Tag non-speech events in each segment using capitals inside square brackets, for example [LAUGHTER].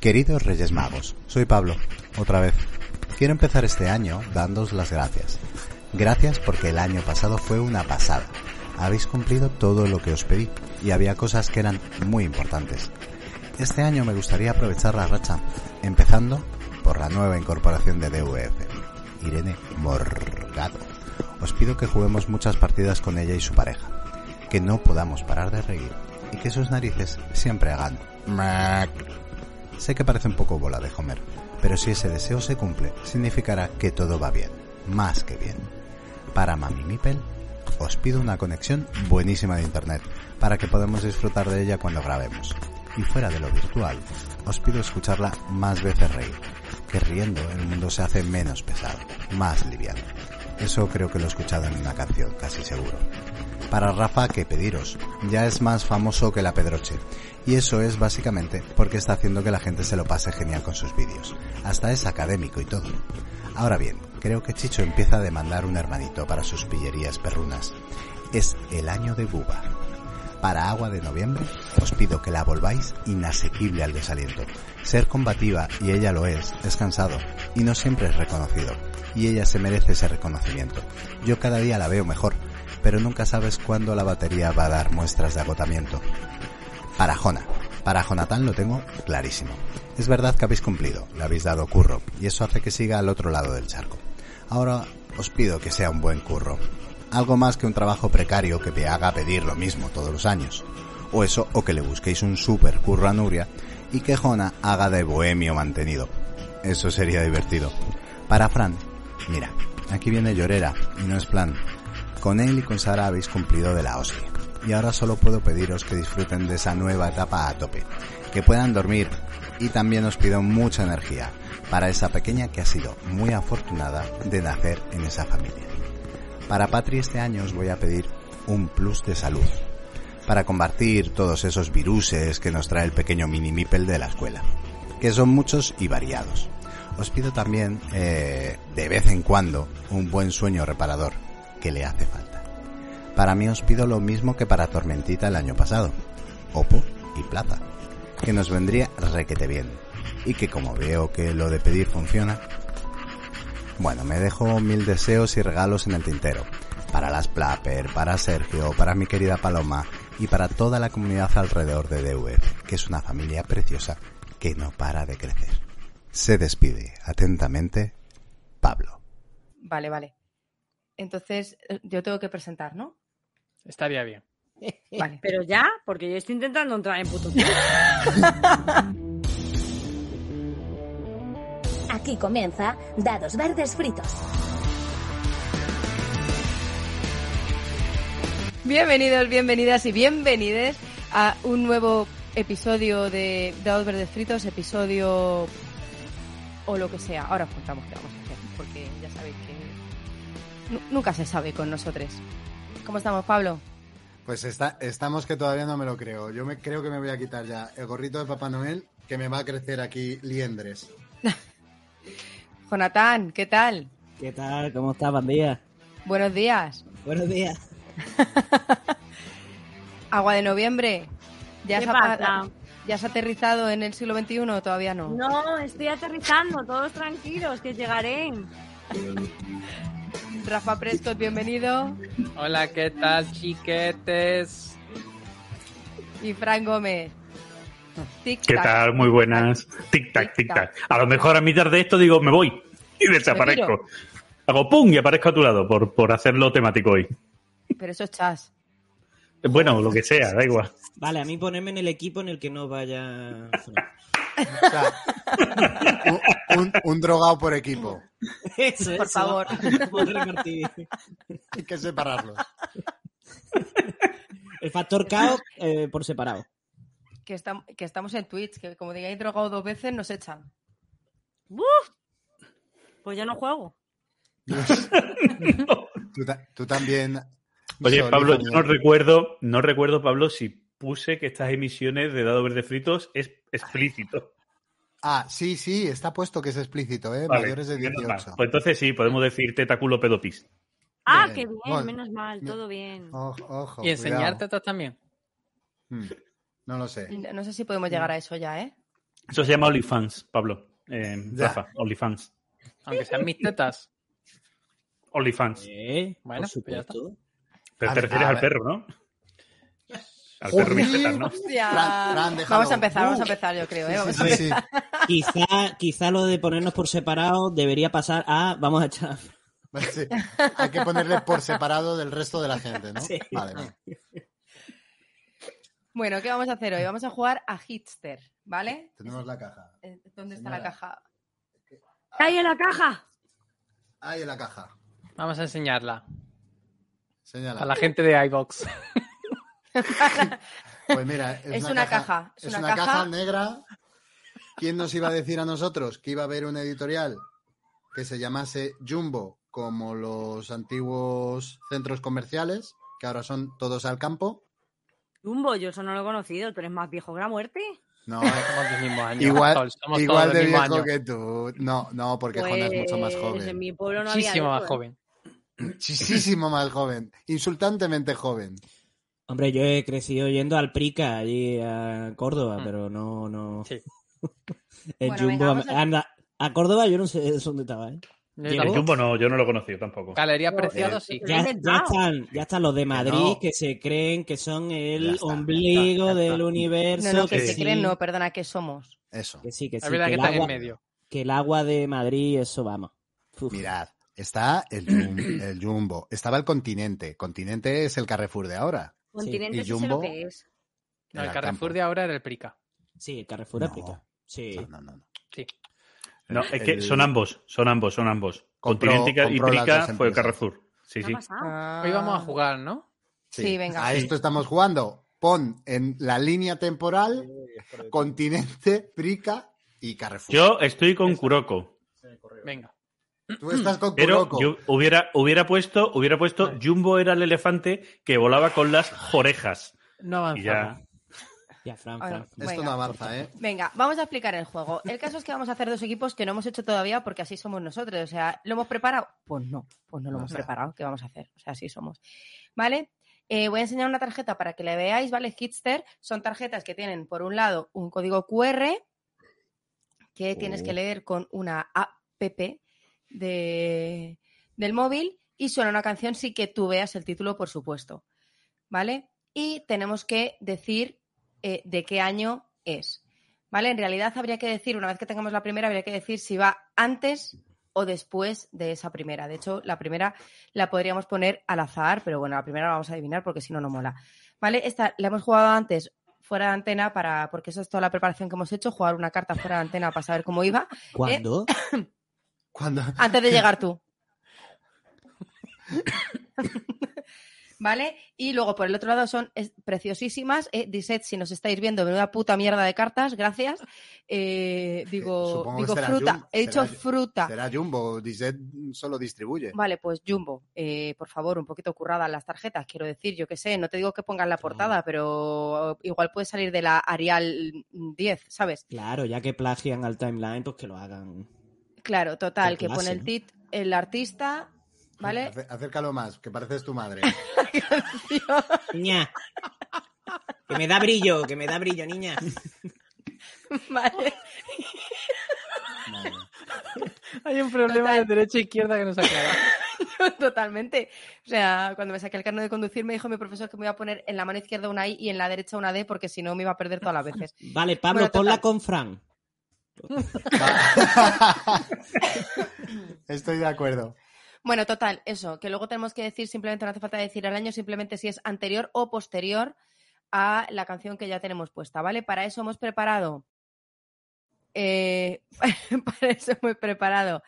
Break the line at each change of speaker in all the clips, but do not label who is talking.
Queridos Reyes Magos, soy Pablo, otra vez. Quiero empezar este año dándos las gracias. Gracias porque el año pasado fue una pasada. Habéis cumplido todo lo que os pedí y había cosas que eran muy importantes. Este año me gustaría aprovechar la racha, empezando por la nueva incorporación de DVF, Irene Morgado. Os pido que juguemos muchas partidas con ella y su pareja, que no podamos parar de reír y que sus narices siempre hagan mac. Sé que parece un poco bola de Homer, pero si ese deseo se cumple, significará que todo va bien, más que bien. Para Mami Mipel, os pido una conexión buenísima de internet para que podamos disfrutar de ella cuando grabemos. Y fuera de lo virtual, os pido escucharla más veces reír, que riendo el mundo se hace menos pesado, más liviano. Eso creo que lo he escuchado en una canción, casi seguro. Para Rafa, que pediros, ya es más famoso que la Pedroche, y eso es básicamente porque está haciendo que la gente se lo pase genial con sus vídeos. Hasta es académico y todo. Ahora bien, creo que Chicho empieza a demandar un hermanito para sus pillerías perrunas. Es el año de Buba. Para agua de noviembre, os pido que la volváis inasequible al desaliento. Ser combativa, y ella lo es, es cansado, y no siempre es reconocido. Y ella se merece ese reconocimiento. Yo cada día la veo mejor, pero nunca sabes cuándo la batería va a dar muestras de agotamiento. Para Jona. Para Jonathan lo tengo clarísimo. Es verdad que habéis cumplido, le habéis dado curro, y eso hace que siga al otro lado del charco. Ahora os pido que sea un buen curro. Algo más que un trabajo precario que te haga pedir lo mismo todos los años. O eso, o que le busquéis un super curro a Nuria y que Jona haga de bohemio mantenido. Eso sería divertido. Para Fran, mira, aquí viene Llorera y no es plan. Con él y con Sara habéis cumplido de la hostia y ahora solo puedo pediros que disfruten de esa nueva etapa a tope, que puedan dormir y también os pido mucha energía para esa pequeña que ha sido muy afortunada de nacer en esa familia. Para Patri este año os voy a pedir un plus de salud para combatir todos esos viruses que nos trae el pequeño mini mipel de la escuela, que son muchos y variados. Os pido también, eh, de vez en cuando, un buen sueño reparador, que le hace falta. Para mí os pido lo mismo que para Tormentita el año pasado. Opo y plata. Que nos vendría requete bien. Y que como veo que lo de pedir funciona. Bueno, me dejo mil deseos y regalos en el tintero. Para las Plapper, para Sergio, para mi querida Paloma y para toda la comunidad alrededor de DVF, que es una familia preciosa que no para de crecer. Se despide atentamente Pablo.
Vale, vale. Entonces eh, yo tengo que presentar, ¿no?
Estaría bien.
Vale.
Pero ya, porque yo estoy intentando entrar en [LAUGHS] puto.
Aquí comienza Dados Verdes Fritos.
Bienvenidos, bienvenidas y bienvenides a un nuevo episodio de Dados Verdes Fritos, episodio o lo que sea. Ahora os contamos qué vamos a hacer, porque ya sabéis que nu- nunca se sabe con nosotros. ¿Cómo estamos, Pablo?
Pues está, estamos que todavía no me lo creo. Yo me creo que me voy a quitar ya el gorrito de Papá Noel que me va a crecer aquí liendres.
Jonatán, ¿qué tal?
¿Qué tal? ¿Cómo estás, bandida?
Buenos días.
Buenos días.
Agua de noviembre. ¿Ya,
¿Qué
has, apa-
pasa?
¿Ya has aterrizado en el siglo XXI o todavía no?
No, estoy aterrizando, todos tranquilos, que llegaré.
Rafa Prescott, bienvenido.
Hola, ¿qué tal, chiquetes?
Y Fran Gómez. Tic-tac.
¿Qué tal? Muy buenas. Tic tac, tic tac. A lo mejor a mitad de esto digo, me voy y desaparezco. Hago pum y aparezco a tu lado por, por hacerlo temático hoy.
Pero eso es chas.
Bueno, lo que sea, da igual.
Vale, a mí ponerme en el equipo en el que no vaya.
O sea, un, un- un drogado por equipo.
Eso,
Por
eso. [LAUGHS]
favor.
Como Rick Ortiz.
Hay que separarlo.
El factor caos eh, por separado.
Que, estam- que estamos en Twitch, que como digáis drogado dos veces nos echan.
Pues yo no juego.
Tú, ta- tú también.
Oye,
Sol,
Pablo,
hijo
yo
mío.
no recuerdo, no recuerdo, Pablo, si puse que estas emisiones de Dado Verde Fritos es explícito.
Ah, sí, sí, está puesto que es explícito, ¿eh?
Vale,
Mayores de
menos mal.
18.
Pues entonces sí, podemos decir tetaculo pedopis.
Ah,
Bien,
qué bien,
bueno.
menos mal, todo bien.
Ojo, ojo.
y enseñarte
cuidado.
tetas también.
Hmm, No lo sé.
No no sé si podemos llegar a eso ya, ¿eh?
Eso se llama OnlyFans, Pablo. Eh,
Ya.
Rafa, OnlyFans.
Aunque sean mis tetas.
OnlyFans.
Eh,
Bueno,
por
pues ya
supuesto.
Pero
A
te
ver,
refieres
a
al
ver.
perro, ¿no? Al
Joder.
perro mis tetas, ¿no?
Hostia.
Fran, Fran, déjalo.
vamos a empezar, vamos a
Uh.
empezar, yo creo. ¿eh?
Sí,
Vamos
sí, sí, sí.
Quizá, quizá lo de ponernos por separado debería pasar a vamos a echar.
Vale, sí. Hay que ponerle por separado del resto de la gente, ¿no?
Sí.
Vale, vale.
a- Bueno, ¿qué vamos a hacer hoy? Vamos a jugar a Hitster, ¿vale?
Tenemos la caja.
Eh, ¿Dónde está
Señora.
la caja?
¿Qué hay en la caja?
Ahí en la caja.
Vamos a enseñarla. A la
Señala.
gente de iBox.
Pues mira,
Es
es,
una caja,
Es, una caja... negra. ¿Quién nos iba a decir a nosotros que iba a haber un editorial que se llamase Jumbo, como los antiguos centros comerciales, que ahora son todos al campo?
Jumbo, yo eso no lo he conocido. ¿Tú eres más viejo que la muerte?
[LAUGHS]
No,
Somos del mismo año.
igual,
Todos- somos
igual
todos
de
del mismo
viejo
año.
que tú. No, no, porque Jona es mucho
Pues,
más
En
joven.
mi pueblo no
Muchísimo
había
más
eso, ¿eh?
joven.
Muchísimo más joven. Insultantemente joven.
Hombre, yo he crecido yendo al Prica allí a Córdoba, pero no, no. [LAUGHS]
Sí.
El
Bueno, venga,
Jumbo.
vamos a-
Anda, a Córdoba yo no sé dónde estaba, ¿eh.
Yo
El
El
tampoco.
Jumbo no, yo no lo he conocido tampoco.
Galería
Yo-
Preciado sí.
Pero
Ya,
es
ya
verdad.
están, ya están los de Madrid
no.
que se creen que son
Ya
el
está,
ombligo
ya está, ya
del
está.
universo.
No, no, que
Sí.
se
sí,
creen, no, perdona, que somos.
Eso.
Que sí, que sí.
Es verdad
que
que
el
están en
agua-
medio.
que el agua de Madrid, eso vamos. Uf.
Mirad, está el, Jum- el Jumbo. Estaba el Continente. Continente es el Carrefour de ahora.
Continente
Y
sí sé
Jumbo-
lo que es.
No, el
Era
Carrefour
campo.
de ahora era el Prica.
Sí, el Carrefour
No.
África. Sí.
Ah, No, no, no, no.
Sí.
No, es que
El-
son ambos, son ambos, son ambos.
Compró-
Continente y
compró las
Prica
dos
fue
empresas.
Carrefour. Sí,
¿Qué
sí.
ha pasado?
Ah.
Hoy vamos a jugar, ¿no?
Sí, venga.
pues A esto estamos jugando. Pon en la línea temporal Continente, Prica y Carrefour.
Yo estoy con Kuroko,
Venga.
Tú estás con
pero
Kuroko.
yo hubiera, hubiera puesto, hubiera puesto, Jumbo era el elefante que volaba con las orejas.
No
Ah,
Y ya.
avanzamos.
Ya, Fran,
Ah,
Fran.
Esto
Venga.
no avanza, ¿eh?
Venga, vamos a explicar el juego. El caso es que vamos a hacer dos equipos que no hemos hecho todavía porque así somos nosotros. O sea, ¿lo hemos preparado? Pues no, pues no lo
No,
hemos
no.
preparado. ¿Qué vamos a hacer? O sea, así somos. ¿Vale? Eh, voy a enseñar una tarjeta para que la veáis, ¿vale? Hitster. Son tarjetas que tienen, por un lado, un código QR que tienes que leer con una app de, del móvil y suena una canción sí que tú veas el título, por supuesto. ¿Vale? Y tenemos que decir eh, de qué año es. ¿Vale? En realidad habría que decir, una vez que tengamos la primera, habría que decir si va antes o después de esa primera. De hecho, la primera la podríamos poner al azar, pero bueno, la primera la vamos a adivinar porque si no, no mola. ¿Vale? Esta la hemos jugado antes fuera de antena para, porque eso es toda la preparación que hemos hecho, jugar una carta fuera de antena para saber cómo iba,
¿Cuándo?
Cuando...
antes de llegar tú. [COUGHS] ¿Vale? Y luego por el otro lado son es- preciosísimas. Eh, Disset, si nos estáis viendo, menuda puta mierda de cartas, gracias.
[LAUGHS]
Eh, digo
Supongo que
digo
será
fruta,
Jum-
he dicho
será-
fruta.
[LAUGHS] Será Jumbo, Dizet solo distribuye.
Vale, pues Jumbo, eh, por favor, un poquito curradas las tarjetas, quiero decir, yo qué sé, no te digo que pongas la portada, pero igual puede salir de la Arial 10, ¿sabes?
Claro, ya que plagian al timeline, pues que lo hagan.
Claro, total,
Qué
que pone
clase,
el
¿no?
tit, el artista,
[LAUGHS]
¿vale? [LAUGHS]
Ace- Acércalo más, que pareces tu madre.
Niña. Que me da brillo, que me da brillo, niña.
Vale.
Madre.
Hay un problema de derecha e izquierda que nos aclara.
Totalmente. O sea, cuando me saqué el carnet de conducir, me dijo mi profesor que me iba a poner en la mano izquierda una I y en la derecha una D, porque si no me iba a perder todas las
[LAUGHS]
veces.
Vale, Pablo,
Bueno, total.
ponla con Fran.
Va. Estoy de acuerdo.
Bueno, total, eso, que luego tenemos que decir, simplemente no hace falta decir al año, simplemente si es anterior o posterior a la canción que ya tenemos puesta, ¿vale? Para eso hemos preparado. eh, [LAUGHS] para eso hemos preparado.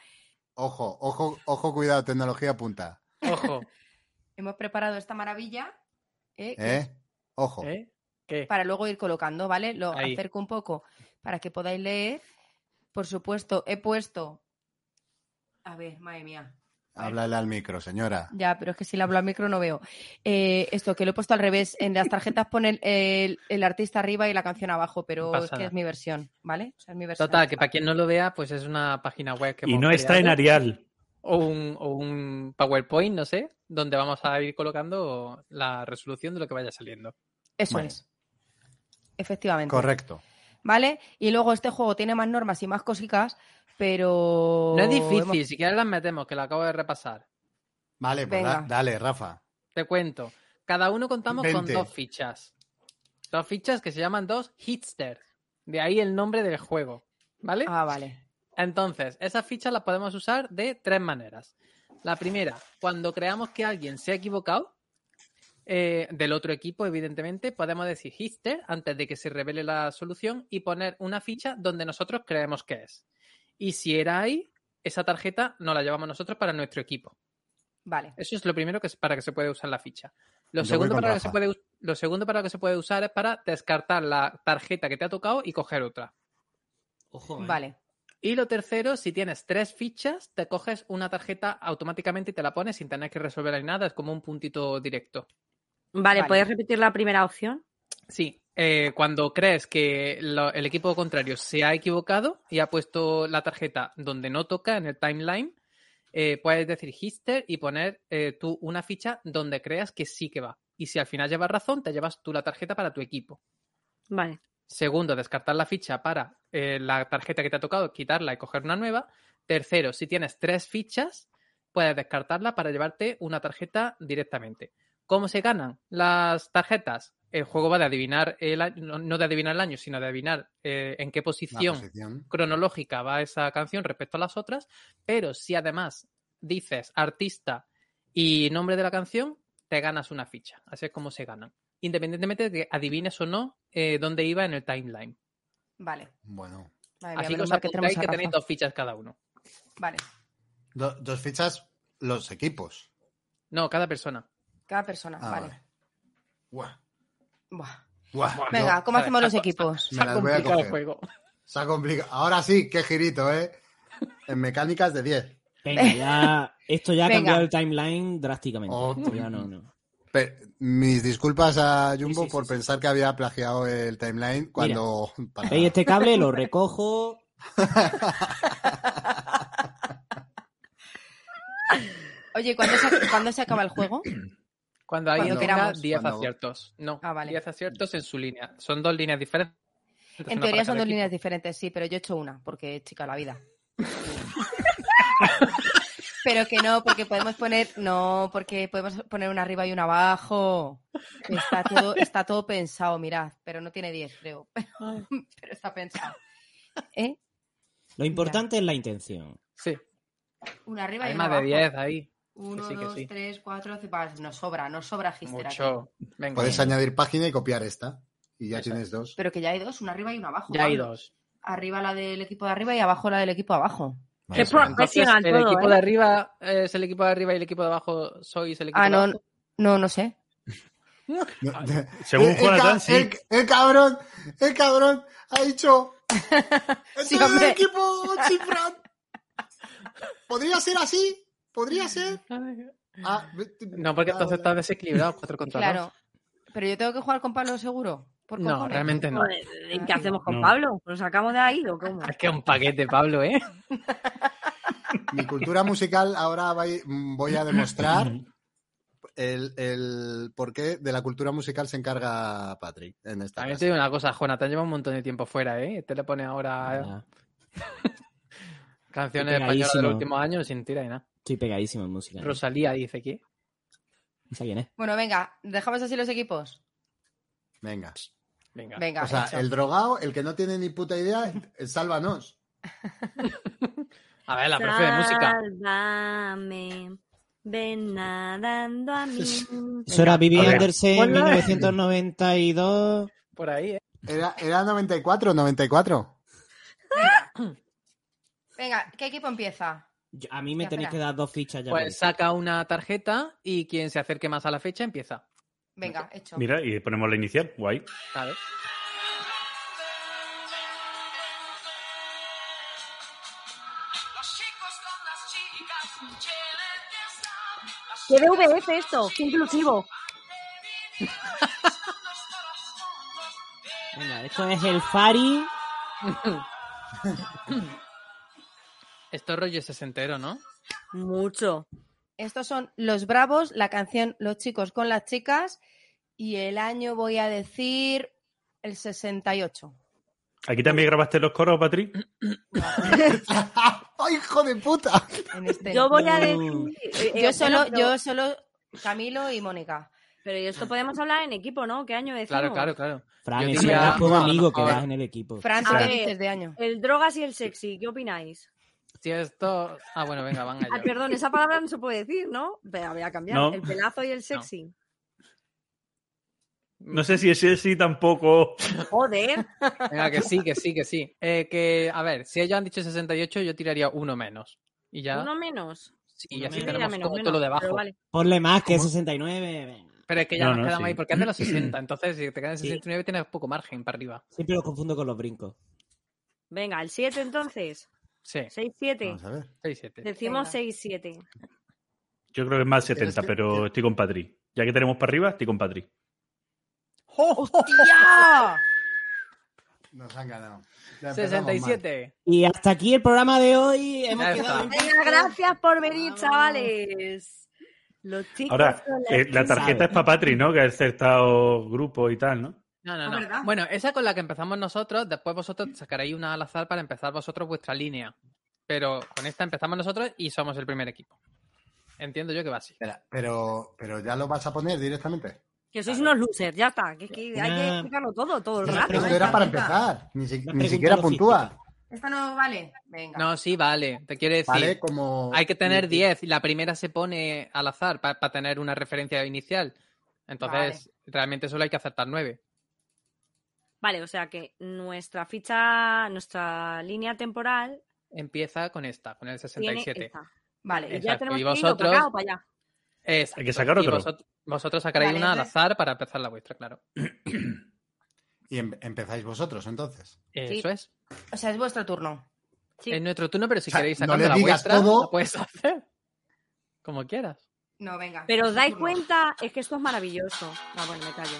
Ojo, ojo, ojo, cuidado, tecnología punta.
Ojo.
Hemos preparado esta maravilla. ¿eh? que
¿Eh? Ojo.
¿Eh? ¿Qué?
para luego ir colocando, ¿vale? Lo
Ahí.
acerco un poco para que podáis leer. Por supuesto, he puesto. A ver, madre mía.
Háblale al micro, señora.
Ya, pero es que si le hablo al micro no veo. Eh, esto, que lo he puesto al revés. En las tarjetas ponen el, el artista arriba y la canción abajo, pero
No pasa
es que
nada.
es mi versión, ¿vale? O sea, es mi versión.
Total, que para quien no lo vea, pues es una página web que
Y
hemos
no está en
creado,
Arial.
o un, o un PowerPoint, no sé, donde vamos a ir colocando la resolución de lo que vaya saliendo.
Eso
Vale.
es. Efectivamente.
Correcto.
¿vale? Y luego este juego tiene más normas y más cositas, pero...
No es difícil,
hemos-
si quieres las metemos, que la acabo de repasar.
Vale, pues
Venga.
da- dale, Rafa.
Te cuento. Cada uno contamos con
Vente.
dos fichas. Dos fichas que se llaman dos hitsters. De ahí el nombre del juego. ¿Vale?
Ah, vale.
Entonces, esas fichas las podemos usar de tres maneras. La primera, cuando creamos que alguien se ha equivocado, eh, del otro equipo, evidentemente, podemos decir hister antes de que se revele la solución y poner una ficha donde nosotros creemos que es. Y si era ahí, esa tarjeta no la llevamos nosotros para nuestro equipo.
Vale.
Eso es lo primero que es para que se puede usar la ficha. Lo
Yo voy
segundo,
con
para lo que
Rafa.
se puede, us- lo segundo para lo que se puede usar es para descartar la tarjeta que te ha tocado y coger otra.
Ojo, eh.
Vale.
Y lo tercero, si tienes tres fichas, te coges una tarjeta automáticamente y te la pones sin tener que resolver ni nada. Es como un puntito directo.
Vale,
Vale.
¿puedes repetir la primera opción?
Sí, eh, cuando crees que lo- el equipo contrario se ha equivocado y ha puesto la tarjeta donde no toca en el timeline, eh, puedes decir hister y poner eh, tú una ficha donde creas que sí que va. Y si al final llevas razón, te llevas tú la tarjeta para tu equipo.
Vale.
Segundo, descartar la ficha para eh, la tarjeta que te ha tocado, quitarla y coger una nueva. Tercero, si tienes tres fichas, puedes descartarla para llevarte una tarjeta directamente. ¿Cómo se ganan las tarjetas? El juego va de adivinar, el, a- no no de adivinar el año, sino de adivinar eh, en qué
La
posición
posición.
cronológica va esa canción respecto a las otras, pero si además dices artista y nombre de la canción, te ganas una ficha. Así es como se ganan. Independientemente de que adivines o no eh, dónde iba en el timeline.
Vale.
Bueno.
Madre mía,
Así que
menos
os
mal que
apuntáis
tenemos a
que
Rafa.
tenéis dos fichas cada uno.
Vale.
Do- dos fichas, los equipos.
No, cada persona.
Cada persona.
Ah,
vale.
vale. Guau,
Buah.
guau, yo-
Venga, ¿cómo
a ver,
hacemos los
saco-
equipos?
Me
Se ha
las voy a
complicado el
coger.
juego.
Se ha complicado. Ahora sí, qué girito, ¿eh? En mecánicas de 10.
Venga, ya. Esto ya ha
Venga.
cambiado el timeline drásticamente.
Otro.
Ya no, no.
Pe- mis disculpas a Jumbo
Sí, sí, sí,
por
sí.
pensar que había plagiado el timeline cuando... para-
¿Veis este
[LAUGHS]
cable? Lo recojo.
Oye, ¿cuándo se, ¿cuándo se acaba el juego?
Cuando alguien
Cuando
tenga
queramos,
10
cuando-
aciertos. No,
Ah, vale.
10 aciertos en su línea. Son dos líneas diferentes.
En
Una
teoría son
para cada
dos
equipo.
líneas diferentes, sí, pero yo he hecho una, porque chica la
[LAUGHS]
vida. pero que no, porque podemos poner, no, porque podemos poner una arriba y una abajo. Está todo, está todo pensado, mirad, pero no tiene 10, creo. [LAUGHS] pero está pensado. ¿Eh?
Lo importante es la intención.
Sí,
Una arriba y
hay
una
más de
abajo.
10 ahí.
Uno,
sí, que
dos,
sí.
tres, cuatro, cinco. Va, Nos sobra, nos sobra Gister aquí.
Mucho. Venga.
Puedes añadir página y copiar esta. Y ya
Eso [LAUGHS]
tienes dos.
Pero que ya hay dos, una arriba y una abajo.
Ya hay
Pablo.
dos.
Arriba la del equipo de arriba y abajo la del equipo de abajo.
Vale,
Qué pro-
vale.
Entonces,
Sigan
el
todo,
equipo
¿eh?
de arriba es el equipo de arriba y el equipo de abajo sois el equipo
Ah,
de
no,
abajo.
no, no sé.
Según
El- el
Jonathan,
ca-
sí.
el, el eh, cabrón, el cabrón ha
[LAUGHS]
dicho...
Sí,
"Este es el
hombre.
equipo Chifran". ¿Podría ser así? ¿Podría ser? Ah, ve-
No, porque entonces estás desequilibrado, cuatro contra dos.
Claro. Pero yo tengo que jugar con Pablo seguro. ¿Por
No,
cojones?
realmente no.
Joder, Pues, ¿Qué hacemos con
No.
Pablo? ¿Lo sacamos de ahí o cómo?
Es que es un paquete, Pablo, ¿eh?
Mi cultura musical ahora vai- voy a
Ah,
demostrar el, el porqué de la cultura musical se encarga Patrick en esta
También
casa.
te digo una cosa, Jonathan lleva un montón de tiempo fuera, ¿eh? Te le pone ahora
Ya.
canciones
Ah, Estoy
españolas de
pegadísimo.
los últimos años sin tira y nada.
Estoy pegadísimo en música.
Rosalía dice que.
¿Sabes quién es?
Bueno, venga, dejamos así los equipos.
Venga.
Venga.
Venga,
O sea,
hecho.
el drogado, el que no tiene ni puta idea, eh, sálvanos.
A ver, la profe de música.
Sálvame, ven nadando a mí.
Eso era Vivi
A ver.
Anderson,
Ponla.
1992.
Por ahí, ¿eh?
Era, era 94, 94.
Venga, ¿qué equipo empieza?
Yo- A mí me
Ya,
tenéis
espera.
que dar dos fichas ya. por
Pues
eso.
saca una tarjeta y quien se acerque más a la fecha empieza.
Venga, hecho.
Mira, y ponemos la inicial. Guay.
¿Sabes?
¿Qué DVF esto? ¡Qué inclusivo!
Venga, esto es el Fari.
Esto es rollo sesentero, ¿no?
Mucho.
Estos son Los Bravos, la canción Los chicos con las chicas y el año voy a decir el 68.
¿Aquí también grabaste los coros, Patrick?
[LAUGHS] ¡Ay, hijo de puta!
[LAUGHS]
en este.
Yo voy a
No.
decir. eh, eh,
Yo solo,
pero-
yo solo Camilo y Mónica.
Pero ¿y esto podemos hablar en equipo, ¿no? ¿Qué año decimos?
Claro, claro, claro.
Fran,
Yo
eso
diría-
era como
a lo
amigo que
mejor-
vas en el equipo.
Fran, ¿tú
A
qué
ver.
dices de año?
El drogas y el sexy, ¿qué opináis?
Si esto. Ah, bueno, venga, van
Ah,
allá.
perdón, esa palabra no se puede decir, ¿no? Pero voy a cambiar.
No.
El pelazo y el sexy.
No sé si ese sí tampoco.
Joder.
Venga, que sí, que sí, que sí. Eh, que, a ver, si ellos han dicho 68, yo tiraría uno menos. Y [LAUGHS] ya.
Uno menos.
sí,
uno
y así
menos.
tenemos
menos,
todo,
menos,
lo
pero
debajo.
vale.
Ponle más que 69. venga.
Pero es que ya
No,
nos
no,
quedamos
sí.
ahí, porque es de los 60. Entonces, si te quedan en
Sí.
69, tienes poco margen para arriba.
Siempre lo confundo con los brincos.
Venga, el 7 entonces.
Sí,
6-7.
Vamos a ver.
6, 7.
Decimos
Venga.
6-7.
Yo creo que es más
Pero es
70,
que-
pero estoy con Patrick. Ya que tenemos para arriba, estoy con Patrick.
¡Ah!
¡Ya!
Nos han ganado. Ya empezamos mal.
67.
Y hasta aquí el programa de hoy. Hemos
Ya está.
quedado en-
Venga, gracias por venir,
Vamos.
chavales. Los chicos.
Ahora,
son la-
eh, la tarjeta es para Patrick, ¿no? Que ha acertado grupo y tal, ¿no?
No,
Ah,
no,
¿verdad?
no. Bueno, esa con la que empezamos nosotros, después vosotros sacaréis una al azar para empezar vosotros vuestra línea. Pero con esta empezamos nosotros y somos el primer equipo. Entiendo yo que va así.
Espera, pero, pero ya lo vas a poner directamente.
Que sois unos losers, ya está. Que, es que hay que
Una-
explicarlo todo, todo el
Una
rato. ¿eh?
Esto
pregunta-
era para empezar. Ni, si-
Una
ni
pregunta
siquiera puntúa.
logística.
¿Esta no vale? Venga.
No, sí, vale. Te quiere decir.
¿Vale? Como.
Hay que tener 10 y la primera se pone al azar para tener una referencia inicial. Entonces, realmente solo hay que aceptar 9.
Vale, o sea que nuestra ficha, nuestra línea temporal
Empieza con esta, con el
tiene
67.
esta. Vale, y ya
Exacto,
tenemos
y
que ir o para acá
vosotros-
o para allá.
Exacto.
Hay que sacar
Y
otro.
vosot- vosotros sacaréis
Vale,
una al
entonces-
azar para empezar la vuestra, claro.
Y em- empezáis vosotros, entonces.
Eso es.
O sea, es vuestro turno.
Sí.
Es nuestro turno, pero si
O sea,
queréis
no
sacar
le
la
digas
vuestra,
todo.
la puedes hacer. Como quieras.
No, venga.
Pero os
es
dais
tu turno.
cuenta, es que esto es maravilloso. Ah, bueno, me callo.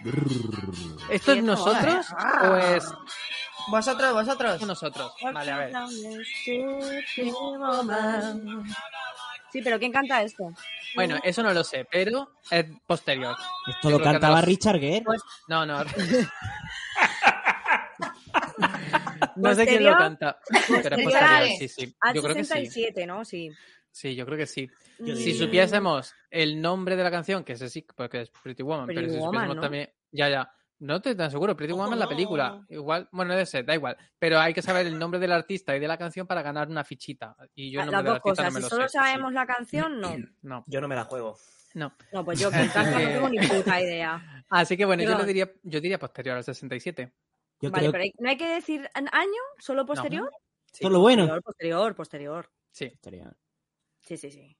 ¿Esto es
esto,
nosotros o es
Vosotros, vosotros.
nosotros? Vale, a ver.
Sí, pero ¿quién canta esto?
Bueno, eso no lo sé, pero es posterior. Yo
Esto lo
creo que
cantaba
no.
Richard Gere.
Pues,
No,
[LAUGHS]
no. no sé quién
Posterior-
lo canta. Pero es posterior,
posteriores.
sí, sí.
Al
Yo creo que sí.
67, ¿no? Sí.
Sí, yo creo que sí.
Yo
Si
Mm.
supiésemos el nombre de la canción, que ese sí, porque es Pretty Woman,
Pretty
pero si
Woman,
supiésemos
¿no?
también. Ya, ya. No estoy tan seguro. Pretty Woman es la
no.
Oh.
película. Igual, bueno, debe ser, da igual. Pero hay que saber el nombre del artista y de la canción para ganar una fichita. Y yo el
Ah, Las
nombre del
dos
artista no
cosas.
me
Si
lo sé.
solo sabemos la
[LAUGHS]
canción, no.
No,
Yo no me la juego.
no.
No, pues yo cantar no
[LAUGHS]
tengo ni puta idea.
Así que bueno, yo
Dios.
lo diría, yo diría posterior al 67.
Yo
Vale,
creo
pero
que
hay- no hay que decir an- año, solo posterior.
Sí,
esto es lo bueno.
Posterior, posterior, posterior.
sí.
Sí, sí, sí.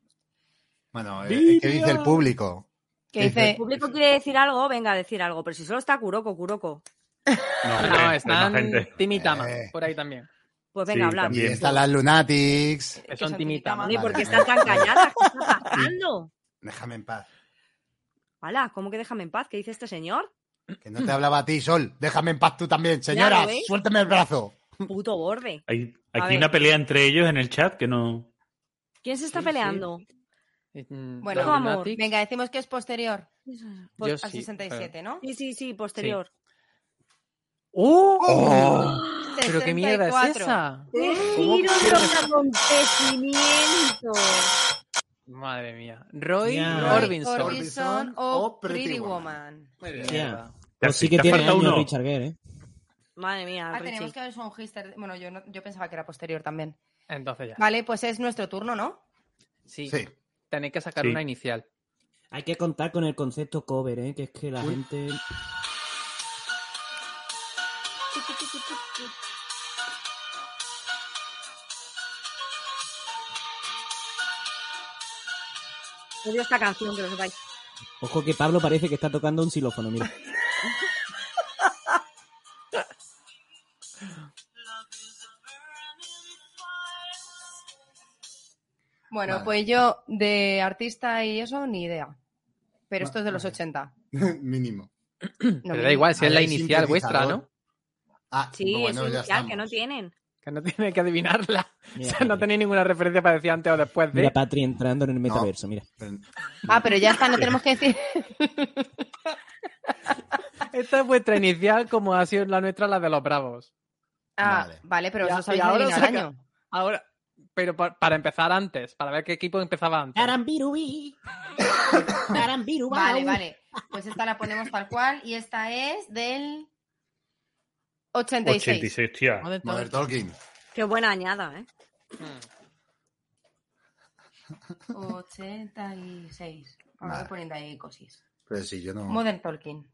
Bueno, eh, ¿qué dice el público?
¿Qué dice?
El público quiere decir algo, venga a decir algo. Pero si solo está Kuroko, Kuroko.
No,
No,
eh, hay más
están
gente.
Timitama,
Eh.
por ahí también.
Pues venga,
Sí,
hablar.
Y
Bien.
están las Lunatics.
Que
son timitas.
Ni
Vale,
porque
vale.
están tan calladas. ¿Qué [LAUGHS] está pasando?
Déjame en paz.
Hala, ¿cómo que déjame en paz? ¿Qué dice este señor?
Que no te hablaba a ti, Sol. Déjame en paz tú también,
Ya
señora.
lo veis.
Suélteme el brazo.
Puto borde.
Hay,
A
aquí
ver.
una pelea entre ellos en el chat que no.
¿Quién se está
Sí,
peleando?
Bueno,
Bueno,
Todo amor.
Venga, decimos que es posterior pues,
Yo
al
sí,
67, ¿no?
Sí, sí, sí, posterior.
¡Uh! ¿Pero qué mierda es
64.
esa?
Giro de acontecimiento.
Madre mía. Roy
Ya.
Roy
Orbison.
Orbison o Pretty Woman.
Ya.
Te-
Pues sí
te
que tiene
falta
años
uno.
Richard Gere, ¿eh?
Madre mía,
Ah,
Richie.
tenemos que ver un hister. Bueno, yo, no- yo pensaba que era posterior también.
Entonces ya.
Vale, pues es nuestro turno, ¿no?
Sí.
Sí.
Tenéis que sacar
Sí.
una inicial.
Hay que contar con el concepto cover, ¿eh? Que es que la
Uy.
gente...
Odio esta canción, que lo sepáis.
Ojo que Pablo parece que está tocando un xilófono, mira.
Bueno,
Vale.
pues yo de artista y eso, ni idea. Pero esto es de los
Vale.
80.
[LAUGHS] Mínimo.
No,
Pero
mira.
da igual, si
A
es la
ver,
inicial vuestra, ¿no?
sintetizador. Ah,
Sí,
bueno,
es
ya
inicial,
estamos.
que no tienen.
Que no tiene que adivinarla.
Mira,
[LAUGHS] o sea, no
Patri.
tenéis ninguna referencia para decir antes o después de.
Mira, Patri entrando en el metaverso, mira.
Pero-
Ah, pero ya está, no tenemos que decir.
Esta es vuestra inicial, como ha sido la nuestra, la de los bravos.
Ah,
Vale.
vale. pero
Ya,
eso sabéis
y ahora
adivinar
saca-
año.
Ahora, pero pa- para empezar antes, para ver qué equipo empezaba antes. [LAUGHS]
Tarambirubí. Tarambirubau.
Vale, vale. Pues esta la ponemos tal cual y esta es del 86.
86, tía.
¿Dónde está?
Mother Tolkien.
Qué buena añada, ¿eh?
Mm.
86. Ahora
Vale.
voy poniendo ahí cosis.
Pero Pues sí, yo no.
Modern Tolkien.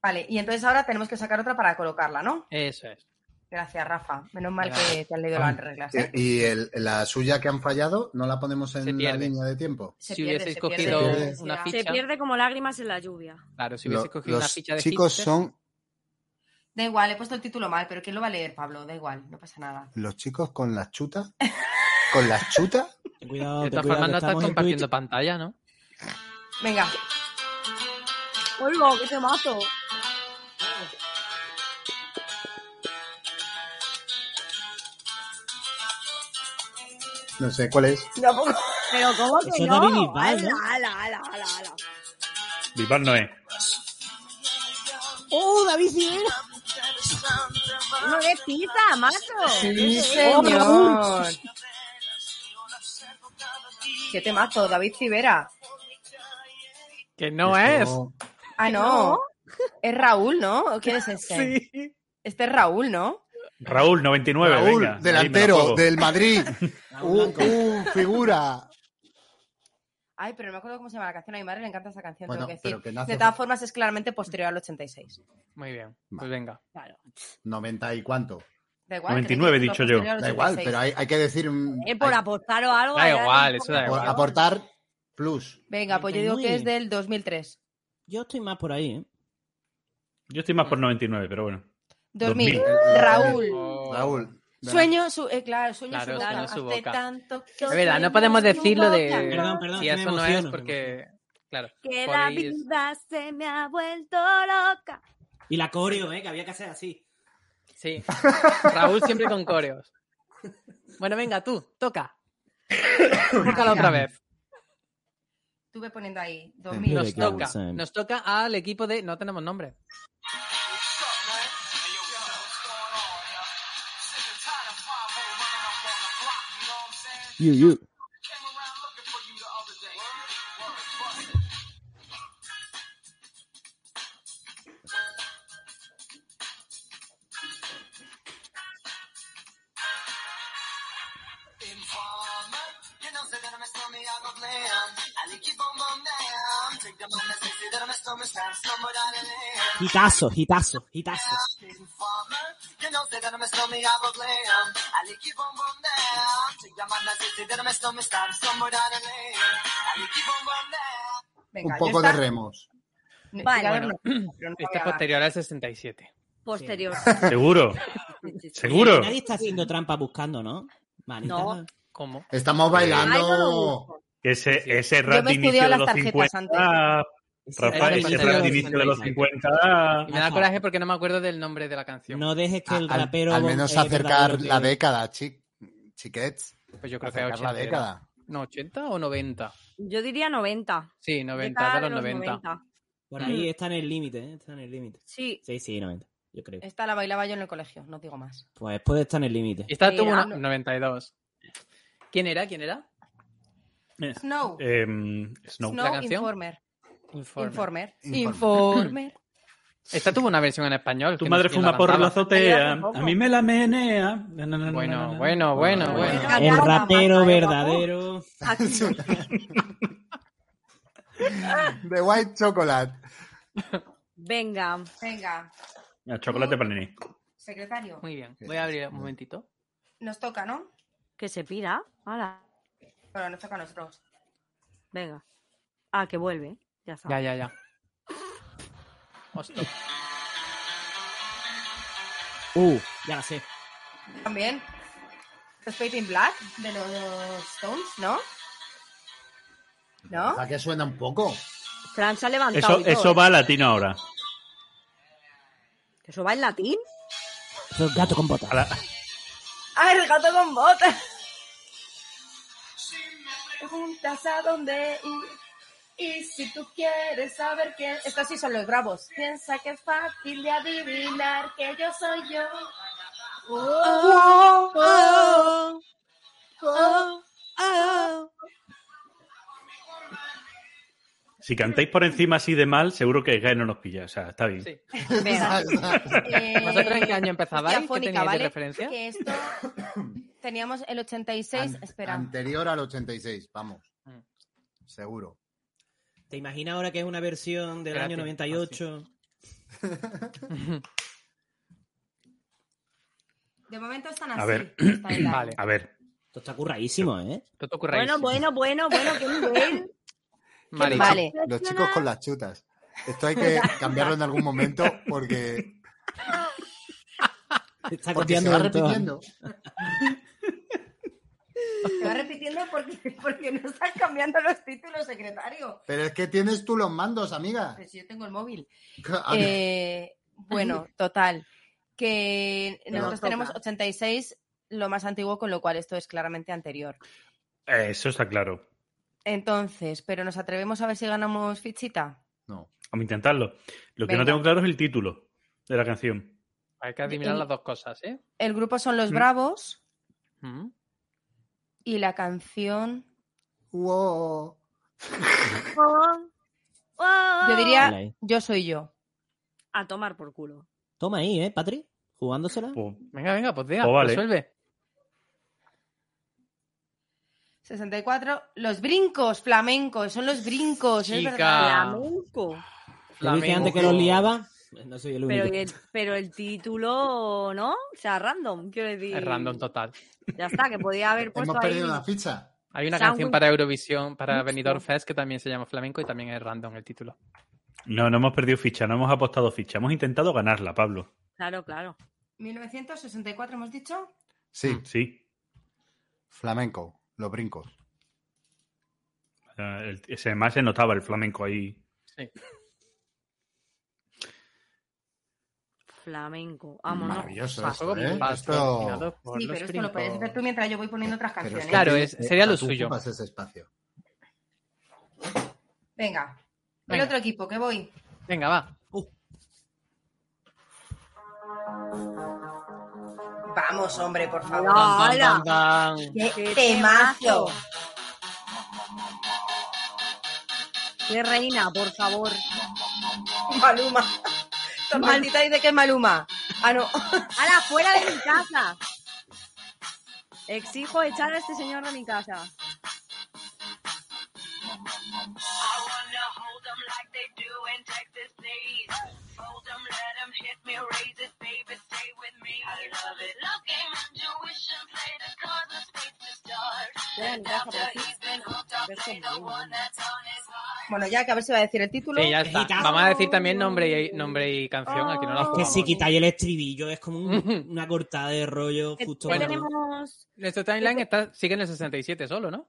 Vale, y entonces ahora tenemos que sacar otra para colocarla, ¿no?
Eso es.
Gracias, Rafa. Menos mal
Gracias.
que te han leído las reglas. ¿eh?
Y el- la suya que han fallado, ¿no la ponemos
Se
en la
pierde.
línea de tiempo?
Se
si
pierde,
hubieseis
se
cogido
pierde,
Se
sí,
una
sí,
Se
ficha.
pierde como lágrimas en la lluvia.
Claro, si
Lo-
hubiese cogido una
los
ficha de
chicos
hipster-
son
Da igual, he puesto el título mal, pero ¿quién lo va a leer, Pablo? Da igual, no pasa nada.
los chicos con las chutas. ¿Con las chutas?
Ten cuidado,
De
ten
todas
cuidado,
formas,
que
no estás
estamos en Twitch.
compartiendo pantalla, ¿no?
Venga,
¡Oigo, que te mato!
No sé cuál es.
Pero ¿cómo
Eso
que
es
no?
David Bisbal, ¿no?
Ala, ala, ala, ala, ala.
Vival no es.
¡Oh, David Silvera!
No de pizza, macho.
Sí, señor. Qué temazo, David Civera.
Que no es.
Esto-
Ah, no. Es Raúl, ¿no? ¿Quién es este?
Sí.
Este es Raúl, ¿no?
Raúl, 99,
Raúl,
venga. Ahí me la
delantero
juego.
del
[LAUGHS]
Madrid. Uh, uh, figura.
Ay, pero no me acuerdo cómo se llama la canción. A mi madre le encanta esa canción,
Bueno,
tengo que
pero
decir.
que no hace
De todas formas, es claramente posterior al 86.
Muy bien. Pues
Vale.
venga.
90 y cuánto.
Da igual.
99 he
tenéis que decirlo,
dicho yo.
posterior al
Da igual,
86.
pero hay, hay que decir. mm,
Eh, por
hay-
apostar o algo.
Da
ya
igual,
te-
eso da
por
igual.
aportar plus.
Venga, pues yo digo que es del 2003.
Yo estoy más por ahí, ¿eh?
Yo estoy más por 99, pero bueno.
2000.
Eh,
2000.
Raúl.
Oh.
Raúl.
Sueño, su, eh, claro, sueño su
Claro,
boca.
sueño su
Hace
boca.
tanto que
Es verdad,
sueño
no podemos
su
decirlo de.
boca.
Perdón, perdón,
Si
que me
eso no es
emociono,
porque. Claro.
Que la
podéis-
vida se me ha vuelto loca.
Y la coreo, ¿eh? Que había que hacer así.
[LAUGHS]
Sí. Raúl siempre con coreos. Bueno, venga, tú, toca. Tócala otra vez.
Estuve poniendo ahí
Mira,
2000.
Nos
qué
toca.
avanzan.
Nos toca al equipo de. No tenemos nombre.
You, you. Hitazo, hitazo, hitazo.
Venga,
Un
yo
poco de
esta-
remos.
Vale.
Tirador no, pero no
Este es
voy a-
posterior al 67.
[LAUGHS]
Posterior.
Seguro, seguro.
Nadie está haciendo trampa buscando, ¿no? Manita.
No.
¿Cómo?
Estamos
Ay, no lo
bailando.
busco.
Ese, ese
me he
rat de inicio
estudiado
de
las
los
tarjetas
50. Rafael,
Ese
ese
era
rat de
el
inicio de los 50.
Y me da
Ajá.
coraje porque no me acuerdo del nombre de la canción.
No dejes que el
Al-
rapero.
al menos
eh,
acercar
verdadero
la
te-
década, chi- chiquets.
Pues yo creo que
Acercar la
80.
década.
No, 80 o 90.
Yo diría 90.
Sí, 90,
Década
de los 90.
Por ahí está en el límite, ¿eh? Está en el límite.
Sí.
Sí, sí, 90. Yo creo.
Esta la bailaba yo en el colegio, no digo más.
Pues puede estar en el límite.
Y esta
Mira,
tuvo una...
no.
92. ¿Quién era? ¿Quién era?
Snow.
em, Snow.
Snow
¿la canción?
Informer.
Informe.
Informer.
Informer.
Informer.
Esta tuvo una versión en español.
Tu
que no sé
madre
quién
fuma
la
porro en la
cantaba.
azotea.
tampoco.
A mí me la menea. Na, na, na, na, na,
Bueno,
na.
bueno, bueno,
Bueno,
Ah, bueno.
bueno.
El
Nada más,
¿eh,
rapero
ahí vamos.
verdadero.
Aquí
The White Chocolate.
Venga.
Venga,
Ah, Chocolate para nene.
secretario.
Muy bien. Voy a abrir un momentito.
Nos toca, ¿no?
Que se pira. Hala.
Bueno, nos toca a nosotros.
Venga. Ah, que vuelve. Ya está.
Ya, ya, ya. Hostia.
Uh, ya la sé.
También. Fate in Black de los Stones, ¿no? ¿No?
¿A qué suena un poco?
Fran se ha levantado.
Eso,
y todo,
eso
¿eh?
va a latino ahora.
¿Eso va en latín?
Soy un gato con botas.
A la-
¡Ah, el gato con botas! Juntas a donde ir. Y si tú quieres saber quién. Estos sí son los bravos. Piensa que es fácil de adivinar que yo soy yo. Oh, oh, oh, oh.
Si cantáis por encima así de mal, seguro que Gael no nos pilla. O sea, está bien.
Sí. [LAUGHS]
Vea,
Eh,
¿Vosotros en qué año empezabais? ¿Qué
Afónica,
teníais de
¿vale?
referencia?
Que esto teníamos el 86,
An-
espera.
Anterior al 86, vamos.
Mm.
Seguro.
¿Te imaginas ahora que es una versión del
Espérate,
año 98?
De momento están
A
así.
ver.
están en la-
Vale.
A ver,
Esto está curradísimo, ¿eh?
¿Qué te ocurre?
Bueno, bueno, bueno, bueno, qué nivel.
Vale.
Vale.
Los chicos con las chutas. Esto hay que cambiarlo en algún momento porque,
Está
Ah, porque se
copiando
va
de todo.
repitiendo.
Se va repitiendo porque, porque no estás cambiando los títulos, secretario.
Pero es que tienes tú los mandos, amiga.
Pues yo tengo el móvil.
A ver,
Eh, bueno, total. Que
Pero
nosotros
toca.
tenemos 86, lo más antiguo, con lo cual esto es claramente anterior.
eh, eso está claro.
Entonces, pero nos atrevemos a ver si ganamos fichita.
No.
Vamos a intentarlo. Lo que no
Venga.
tengo claro es el título de la canción.
Hay que adivinar las dos cosas, ¿eh?
El grupo son Los
Mm.
Bravos
Mm.
y la canción.
Wow.
Yo
Hola,
diría
eh.
Yo soy yo.
Ah, A tomar por culo.
Toma ahí, ¿eh, Patri? Jugándosela.
Pues,
Venga, venga, pues vea,
Pues vale.
resuelve.
64, Los Brincos, flamencos, son los brincos, es verdad.
Chica.
Flamenco.
Lo dije antes que
Flamenco.
los liaba. No soy el único.
Pero el, pero el título, ¿no? O sea, random, quiero decir.
Es random total.
Ya está, que podía haber puesto
Hemos
ahí.
perdido una ficha.
Hay una
Sound
canción
with-
para Eurovisión, para
Mucho.
Benidorm Fest, que también se llama Flamenco y también es random el título.
no, no hemos perdido ficha, no hemos apostado ficha. Hemos intentado ganarla, Pablo.
Claro, claro.
1964 hemos dicho.
Sí,
Mm.
Sí.
flamenco, los brincos.
Ah, el- ese- Además, se notaba el flamenco ahí.
Sí.
Flamenco. Vámonos.
Maravilloso
Un
esto,
juego
¿eh?
patrocinado
Esto...
por
sí,
los
pero esto lo puedes
brincos.
hacer tú mientras yo voy poniendo otras
pero
canciones.
es que
Claro,
tienes-
es- sería lo
tú
suyo.
ocupas ese espacio.
Venga.
Venga.
El otro equipo, que voy.
Venga, va.
Vamos, hombre, por favor.
Tan,
¡Hala!
tan, tan, tan.
¡Qué
temazo!
¡Qué reina, por favor!
Maluma. Tormentita dice que es Maluma. Ah, no. [LAUGHS]
¡Hala, fuera de mi casa! Exijo echar a este señor de mi casa. Fuera de mi casa, por favor.
Bueno, ya que a ver si va a decir el título.
Sí, ya está.
Gitano.
Vamos a decir también nombre y, nombre y canción, aquí no la
Que
jugamos.
si quitáis el estribillo es
[LAUGHS]
como un- una cortada de rollo justo.
Bueno,
cuando-
tenemos...
Nuestro timeline está, sigue en el 67 solo, ¿no?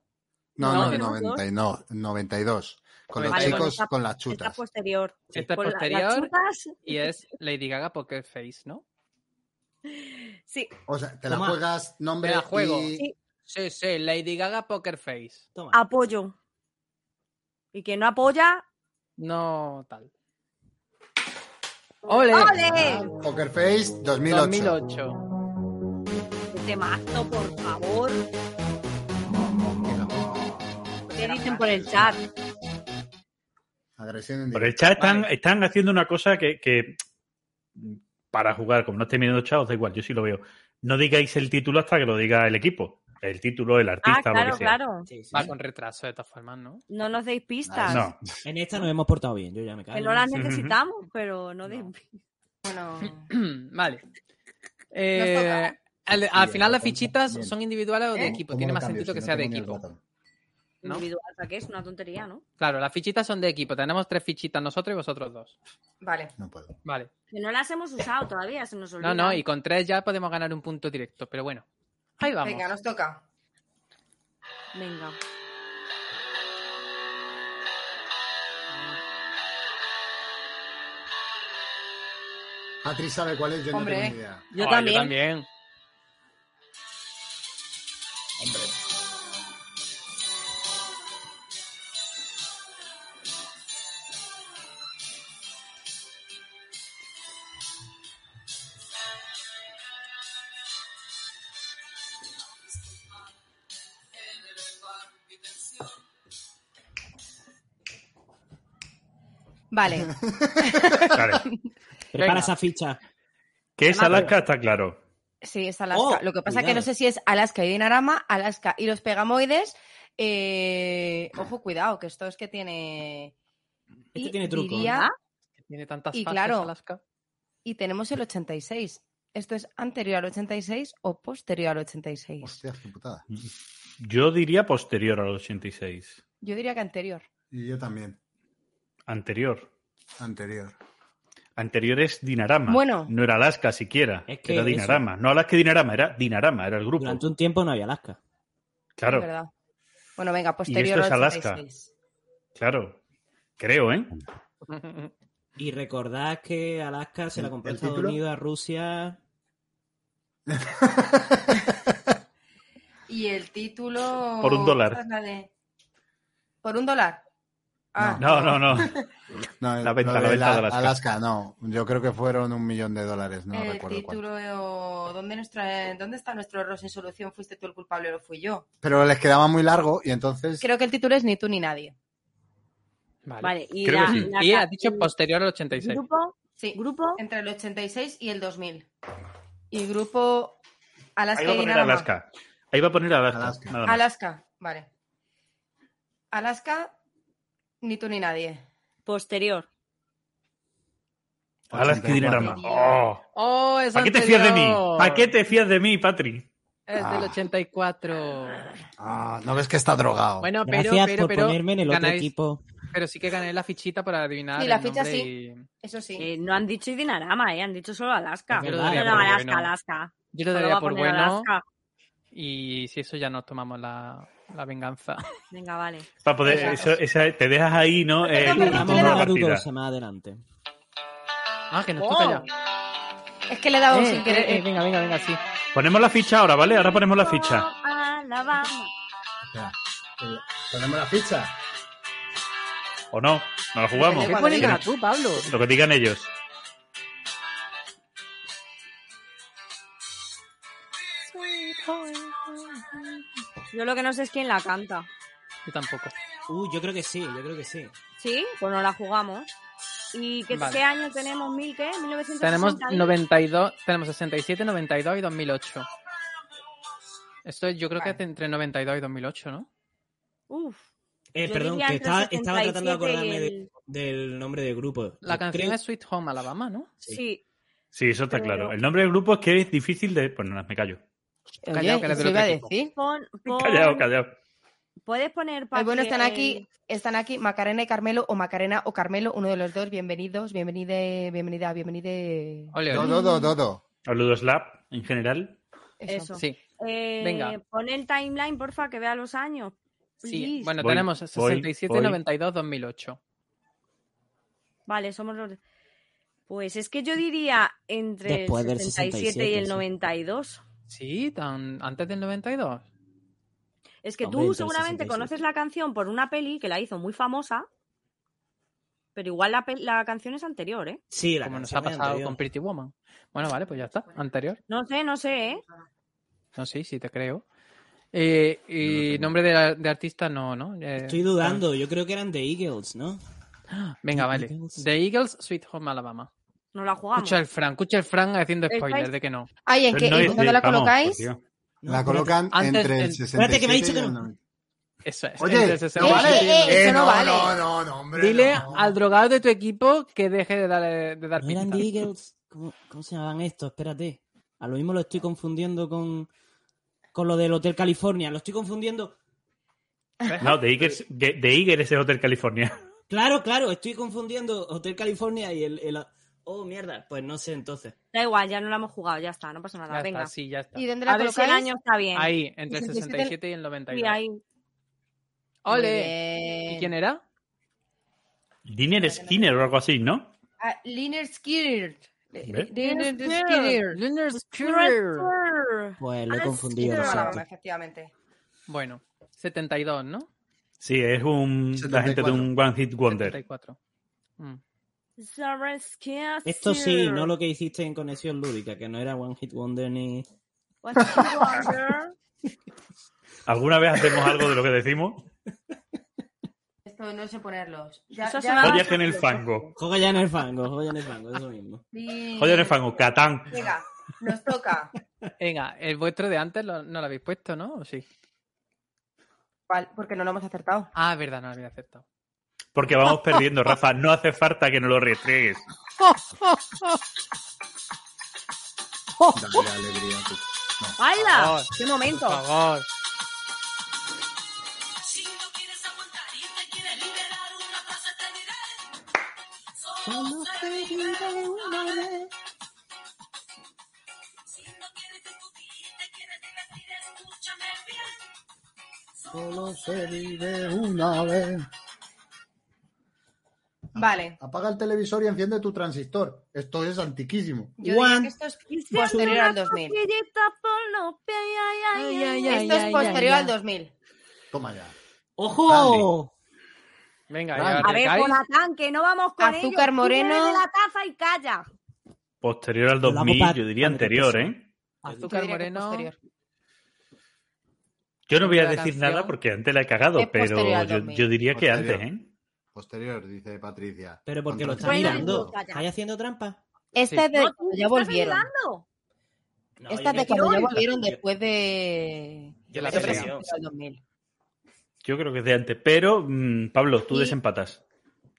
No,
No,
no,
de
los
90 y no, 92. Con los
92.
chicos, con las
Esta
chutas.
posterior.
Esta es
Con Pues la- las
posterior
chutas,
y es Lady Gaga Poker Face, ¿no?
sí,
O sea, te la
Toma.
juegas nombre
Te la juego.
y-
Sí.
Sí, sí, Lady Gaga Poker Face.
Toma.
apoyo. Y quien no apoya,
No tal. ¡Ole!
¡ole!
Poker Face 2008.
2008.
Este mazo, por favor. ¿Qué dicen por el chat?
Agresión en
Por el
directo.
chat están,
Vale.
están haciendo una cosa que, que, para jugar, como no esté mirando chat, os da igual, yo sí lo veo. No digáis el título hasta que lo diga el equipo. El título, el
Ah,
artista, lo
claro,
que sea.
claro.
Sí, sí.
Va con retraso de todas formas, ¿no? [CLEARS THROAT]
No nos deis pistas.
No,
En esta nos hemos portado bien, yo ya me cago.
Que no las necesitamos, pero no deis pistas.
Bueno.
vale. Eh, al, al
Sí,
final las
bien.
fichitas son individuales o de
¿Eh?
equipo.
¿Cómo
Tiene
lo
más
cambio?
sentido
Si
que
no
sea de
tengo ni el
individual. equipo.
botón.
¿No?
Individual, o sea, que es una tontería, ¿no?
Claro, las fichitas son de equipo. Tenemos tres fichitas nosotros y vosotros dos.
Vale.
No puedo.
Vale.
Que no las hemos usado todavía, se nos olvida.
No, no, y con tres ya podemos ganar un punto directo, pero bueno. Ahí vamos.
Venga, nos toca.
Venga.
Patri sabe cuál es, yo
Hombre.
no tengo ni idea.
Yo
Ay,
también.
Yo también.
Hombre.
Vale.
Vale.
Prepara
Venga.
esa ficha.
Que es Alaska, está claro.
Sí, es Alaska.
Oh,
Lo que pasa es que
cuidado.
no sé si es Alaska y Dinarama, Alaska y los pegamoides. eh, ojo, cuidado, que esto es que tiene.
Este
y
tiene truco,
diría-
Tiene tantas
Y
fases
claro.
Alaska. [LAUGHS]
y tenemos el 86. ¿Esto es anterior al 86 o posterior al 86?
Hostias, qué putada.
Yo diría posterior al 86.
Yo diría que anterior.
Y yo también.
Anterior.
Anterior.
Anterior es Dinarama.
Bueno.
No era Alaska siquiera.
Es que
era
eso-
Dinarama. No Alaska y Dinarama, era Dinarama, era el grupo.
Durante un tiempo no
[LAUGHS]
había Alaska.
Claro,
Es verdad. Bueno, venga,
esto
posterior
es
al
Alaska.
86.
claro. Creo, ¿eh?
Y recordad que Alaska se la compró
¿El
Estados
título?
Unidos a Rusia.
Y el título.
Por un dólar.
Esta es la de- Por un dólar. Ah,
No, no, no.
No,
La venta,
lo de
la venta de Alaska.
Alaska, no. Yo creo que fueron un millón de dólares, no
el
recuerdo cuánto.
título. ¿dónde, nuestra- ¿Dónde está nuestro error sin solución? ¿Fuiste tú el culpable o lo fui yo?
Pero les quedaba muy largo y entonces.
Creo que el título es Ni tú ni nadie.
Vale.
Vale, y
Creo
la,
que sí.
la
Y
ca-
ha dicho posterior al 86.
grupo,
Sí.
grupo,
Entre el 86 y el 2000. Y grupo Alaska
Ahí va a
y
poner
Dinarama.
Alaska. Ahí va a poner Alaska.
Alaska.
nada más.
Alaska, vale. Alaska, ni tú ni nadie.
posterior.
Alaska y
84.
Dinarama. Oh.
¡Oh, es
¿Para qué te
anterior!
fías de mí? ¿Para qué te fías de mí, Patri?
Es del
Ah.
84.
Ah, no ves que está drogado.
Bueno, pero,
Gracias
pero,
por
pero,
ponerme en el otro
ganáis-
equipo.
pero sí que gané la fichita para adivinar.
Sí, la
el
ficha
nombre
sí.
y-
Eso sí.
Eh, no han dicho Dinarama, eh, han dicho solo Alaska.
Es
Pero
verdad,
no,
pero
Alaska,
bueno.
Alaska.
Yo lo
Solo va
daría
a
por
poner
bueno.
Alaska.
Y si eso ya nos tomamos la, la venganza.
Venga, vale.
Para poder,
Exacto.
eso- esa- te dejas ahí, ¿no? Eh,
Perdón, perdón,
toda
Vamos
le
a
la
damos
hablar
partida.
de más adelante.
Ah, que nos toca ya.
Es que le he dado
Eh,
sin querer.
eh, eh, venga, venga, venga, sí.
Ponemos la ficha ahora, ¿vale? Ahora ponemos la ficha.
Alabama.
Espera. Eh, Ponemos la ficha.
¿O no? ¿No la jugamos?
Depende
¿Qué
Venga,
pones
venga.
a tú, Pablo?
Lo que digan ellos.
Yo lo que no sé es quién la canta.
Yo tampoco.
Uh, yo creo que sí, yo creo que sí. Eh,
¿Sí? Pues no la jugamos. ¿Y qué,
Vale.
qué año tenemos? ¿Mil qué? ¿1960?
Tenemos 92, tenemos 67, 92 y 2008. Esto yo creo que es entre 92 y 2008, ¿no?
Uf.
Eh,
Yo
perdón,
diría
que
entre
estaba,
el
estaba tratando
77 y
de acordarme de-
el-
del nombre del grupo.
La
Yo
canción
creo-
es Sweet Home Alabama, ¿no?
Sí.
Sí.
Sí, eso está
Pero-
claro. El nombre del grupo es que es difícil de. Pues nada, me callo.
Oye,
Callao, que eres
eso
del
eh, iba a
otro equipo.
decir.
Pon, pon-
Callado, callado.
Puedes poner
Ay,
Patri,
Pues bueno, están
el-
aquí, están aquí Macarena y Carmelo, o Macarena o Carmelo, uno de los dos. Bienvenidos, bienvenide, bienvenida, bienvenide.
Ole, ole.
Dodo, dodo, dodo.
A Ludoslab, en general.
Eso.
Sí,
Eh,
Venga.
Pon el timeline, porfa, que vea los años.
sí.
please.
Bueno,
Voy,
tenemos
voy,
67,
voy.
92, 2008.
Vale, somos los... Pues es que yo diría entre
Después
el
del
67, y el
sí.
92.
Sí, tan antes del 92.
Es que
Hombre,
tú
entre el
seguramente
67.
conoces la canción por una peli que la hizo muy famosa, pero igual la, pe- la canción es anterior, ¿eh?
Sí, la
como nos ha
canción es
pasado
anterior.
con Pretty Woman. Bueno, vale, pues ya está. Anterior.
No sé, no sé, ¿eh?
No sé, sí, te creo. Eh, y nombre de, de artista no, ¿no? Eh,
Estoy dudando, yo creo que eran The Eagles, ¿no?
ah, Venga, vale.
Eagles.
The Eagles, Sweet Home Alabama.
No la jugamos.
Escucha el Fran, escucha el Fran haciendo
Estáis-
spoiler de que no.
Ay, ¿en
Pero
qué?
Pues no
¿y
es
¿Dónde
de-
la
vamos,
colocáis?
por Dios.
No,
La
espérate.
colocan
Antes
entre
del-
el
Espérate,
67
que me ha dicho
y
que
el
no.
90.
Eso es.
Oye,
Entonces, ese
no
¿Qué?
va a
vale.
decir-
Eh, eh,
Eh,
eso no
no,
vale.
no, no, no, hombre.
Dile
no.
al drogado de tu equipo que deje de dar, de dar
No eran The
pistas.
Eagles. ¿Cómo, cómo se llamaban estos? Espérate. A lo mismo lo estoy confundiendo con, con lo del Hotel California. Lo estoy confundiendo.
No, The Eagles, de, The Eagles es el Hotel California. [LAUGHS]
Claro, claro, estoy confundiendo Hotel California y el. el- Oh, mierda. Pues no sé entonces.
Da igual, ya no la hemos jugado, ya está, no pasa nada.
Ya
Venga.
está, sí, ya está.
¿Y dónde la
A ver si el
colocáis?
año está bien.
Ahí, entre el
67
67 y el 92.
Sí, ahí.
Muy
¡Ole! ¿Y
bien.
quién era?
Dinner Skinner o algo así, ¿no?
Ah, Liner Skinner.
¿Ves?
Dinner
Dinner
Skinner.
Skinner, Dinner Skinner.
Pues lo he
Ah,
confundido,
sí,
lo
no, no,
siento.
efectivamente.
Bueno, 72, ¿no?
Sí, es un, la gente de un One Hit Wonder.
74. Mm.
Esto sí, no lo que hiciste en Conexión Lúdica, que no era One Hit Wonder ni...
¿Alguna vez hacemos algo de lo que decimos?
Esto no sé ponerlos. Ya,
Eso
ya-
se va-
Joyas en el fango.
Juega ya en el fango, juega ya en el fango, eso mismo.
Sí.
Joyas en el fango, Catán.
Venga, nos toca.
Venga, el vuestro de antes lo- no lo habéis puesto, ¿no? ¿O sí?
[LAUGHS] Vale, porque no lo hemos acertado.
Ah, verdad, no lo había aceptado.
Porque vamos perdiendo, Rafa. No hace falta que no lo restriegues.
Dale alegría. tú.
¡Hala!
Por
¡Qué momento!
favor.
Solo se vive una vez.
Ah.
Vale.
Apaga el televisor y enciende tu transistor. Esto es antiquísimo.
Yo diría
One.
que esto es posterior al 2000. Esto es posterior al 2000.
Toma ya.
¡Ojo!
Venga,
Vale.
ya
A ver,
arrancáis.
Jonathan, que no vamos con ello.
Azúcar
Tú
moreno.
bebe de la taza y calla.
Posterior al
Hablamos
2000,
pa-
yo diría
pa-
anterior, ¿eh?
Yo
Azúcar
diría que es
moreno.
posterior.
Yo no voy a
La
decir
canción
nada porque antes la he cagado,
es
pero
posterior al
yo,
2000.
yo diría que
Posterior.
antes, ¿eh?
Posterior, dice Patricia.
Pero porque lo estás
Contra-
Bueno,
mirando.
calla.
¿Estás haciendo trampa?
Esta
Sí.
es de
No, tú
cuando ya
estás
volvieron.
ayudando.
No,
Esta es
yo
de
creo
cuando
que-
ya volvieron
yo-
después de.
Yo la
Yo
sé,
creo
yo.
que es del 2000.
Yo creo que es de antes. Pero, mm, Pablo, tú
Sí.
desempatas.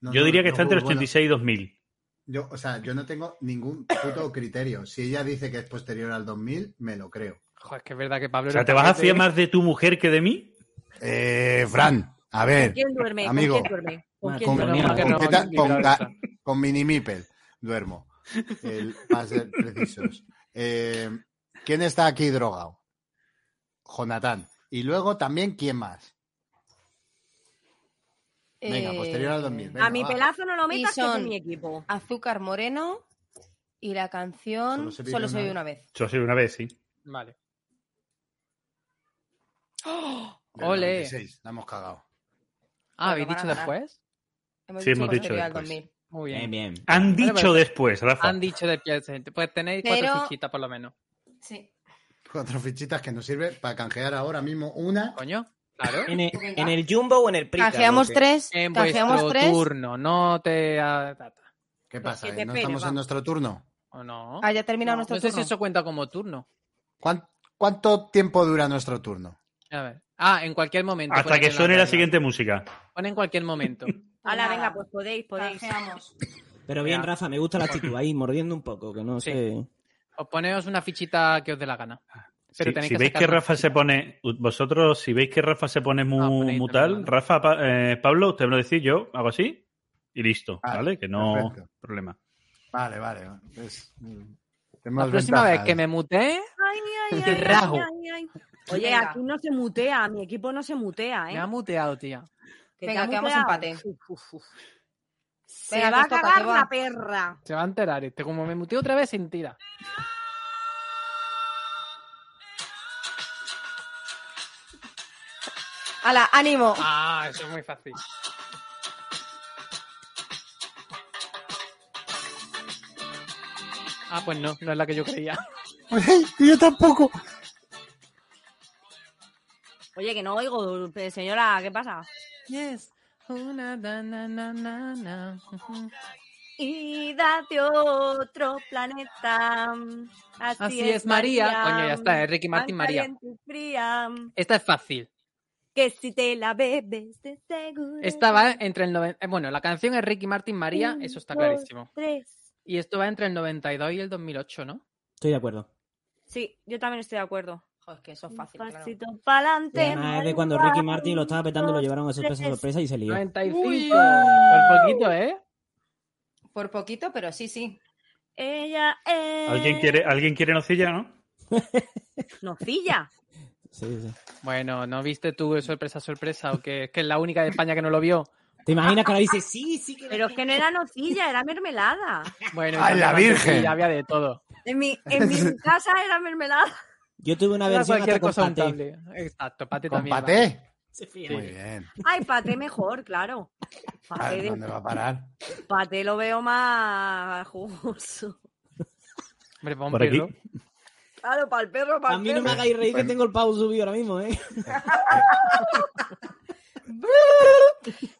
No,
yo
no,
diría que
no,
está entre
bueno,
86 y 2000.
Yo, o sea, yo no tengo ningún puto criterio. Si ella dice que es posterior al 2000, me lo creo.
Joder, es que es verdad que Pablo.
O
era
sea,
un
¿te vas a
paquete.
fiar más de tu mujer que de mí?
Eh, Fran, a ver,
¿Quién duerme?
Amigo.
¿Con quién duerme? ¿Con
Bueno,
quién
con,
Pero
Menos
mira,
mal que
con
no
teta-
hemos
con
librado
ga-
esta.
con mini mipel duermo. El, para ser precisos. Eh, ¿Quién está aquí drogado? Jonatán. Y luego también, ¿quién más? Venga,
Eh,
posterior al 2000. Venga,
A mi
va.
pelazo no lo metas, que es de
son-
mi equipo.
Azúcar Moreno y la canción
Solo se vive
Solo
una
se vive
vez.
una vez.
Yo soy una vez, sí.
Vale.
Del
Ole.
96, La hemos cagado.
Pero
Ah, ¿habéis
van a
dicho
ganar.
después?
Hemos
Sí, hemos dicho
posterior al
después.
2000.
Muy bien.
Bien, bien.
Han
Vale,
dicho
vale.
después, Rafa.
Han dicho de pie, gente. Pues tenéis cuatro
Pero-
fichitas por lo menos.
Sí.
Cuatro fichitas que nos sirve para canjear ahora mismo una.
Coño, claro.
En el, en el Jumbo o en el Prica.
Canjeamos
lo que-
tres.
En
Canjeamos
vuestro
tres.
turno, no te. ah, ta, ta.
¿Qué pasa?
que te
eh? ¿No
pere,
estamos
va.
en nuestro turno?
¿O no?
Ah, ya ha terminado
no
nuestro
no sé
turno.
si eso cuenta como turno.
¿Cuán- ¿Cuánto tiempo dura nuestro turno?
A ver. Ah, en cualquier momento.
Hasta
ponen
que
en
suene la
regla.
siguiente música.
Pon en cualquier
[LAUGHS]
momento.
Hala,
nada.
venga, pues podéis, podéis.
Canjeamos.
Pero bien,
Ya.
Rafa, me gusta la actitud ahí, mordiendo un poco, que no
Sí.
sé.
Os poneos una fichita que os dé la gana. Pero
Ah, si
tenéis
si
que
veis que
sacar una
Rafa se pone, vosotros, si veis que Rafa se pone
Ah,
muy,
ponéis
muy
también,
tal,
¿vale?
Rafa, pa- eh, Pablo, usted me lo decís, yo hago así y listo,
Vale,
¿vale? Que no
perfecto.
problema.
Vale, vale. es- tenemos
La próxima vez
ventajas.
que me mute,
Ay, ay, ay,
Rajo.
ay, ay. Oye,
Venga.
aquí no se mutea, mi equipo no se mutea,
me ha
¿eh?
muteado, tía.
Que te
Venga,
ha
quedamos
muteado.
empate.
Se
Venga,
va a
que os toca,
cagar
que va.
la perra.
Se va a enterar este. Como me muteo otra vez, se entera.
Hala, ánimo.
Ah, eso es muy fácil. Ah, pues no, no es la que yo creía.
yo tampoco.
Oye, que no oigo, eh, señora, ¿qué pasa?
Yes. Una, na, na, na, na, na.
Y date otro planeta. Así,
Así es, María. Coño, ya está, es Ricky Martin,
Tan
María.
caliente y fría,
Esta es fácil.
Que si te la bebes, de seguro.
Esta va entre el 90. eh, Bueno, la canción es Ricky Martin María, eso está clarísimo.
Tres.
Y esto va entre el 92 y el 2008, ¿no?
Estoy de acuerdo.
Sí, yo también estoy de acuerdo.
Joder, es que eso es
Un
fácil. claro.
pasito pa'lante,
Además, es de cuando
María.
Ricky Martin lo estaba petando, lo llevaron a sorpresa, sorpresa y se lió.
95.
Uy.
Por poquito, ¿eh?
Por poquito, pero sí, sí.
Ella es.
¿Alguien quiere,
Eh.
¿alguien quiere nocilla, no?
Nocilla.
Sí, sí.
Bueno, ¿no viste tú el sorpresa, sorpresa? O que es que es la única de España que no lo vio.
¿Te imaginas que ahora dice, sí, sí que la
Pero es que no era nocilla, era mermelada.
Bueno, y
¡Ay, la
también
Virgen!
ya había de todo.
En [LAUGHS] mi, en mi casa era mermelada.
Yo tuve una
Era
versión
cualquier
hasta con
cosa
paté.
untable. Exacto, pate
Con
también. va.
paté.
[LAUGHS] Se fía.
Muy bien.
Ay, paté mejor, claro.
Ah,
Paté, de-
¿Dónde va a parar?
paté lo veo más jugoso.
Hombre, para un
Por aquí.
perro.
Claro, para el perro, para
A
el
mí no
perro.
me hagáis reír que tengo el pavo subido ahora mismo, ¿eh?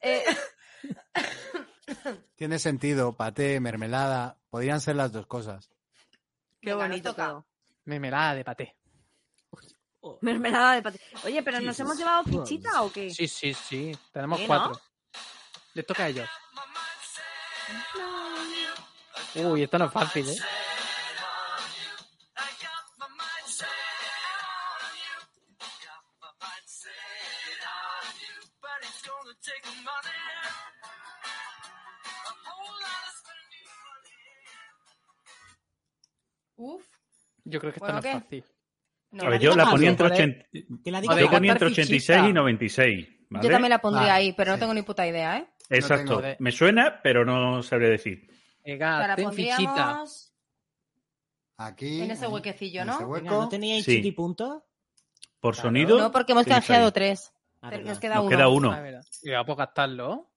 Eh,
Tiene sentido, paté, mermelada, podrían ser las dos cosas.
Qué
Venga,
bonito
nos toca.
todo.
Mermelada de paté.
Mermelada de paté. Oye, pero ¿nos
Jesus
hemos llevado
Christ.
fichita o qué?
Sí, sí, sí. Tenemos
Sí, ¿no?
cuatro. Les toca a ellos. Uy, esto no es fácil, ¿eh?
uf,
Yo creo que esto
Bueno,
no es
¿qué?
fácil.
no.
A ver, yo la
Pablo,
ponía entre,
joder.
80
Que la diga
Podéis
yo
Pablo.
ponía
cantar
entre 86
fichita.
y 96. ¿vale?
Yo también la pondría
Vale,
ahí, pero no
sí.
tengo ni puta idea, ¿eh?
Exacto.
No
tengo.
Me suena, pero no sabría
O
decir.
sea,
Venga,
la
Ah, ten fichita.
pondríamos
Aquí.
en ese
ahí,
huequecillo,
en
¿no?
ese
Venga,
hueco.
¿No teníais
Sí.
chiquipuntos?
Por
Claro.
sonido,
No, porque hemos
Tenéis
canjeado
ahí.
tres.
Ah,
Te-
verdad.
Nos queda
nos
uno.
queda uno.
A ver, y vamos a gastarlo.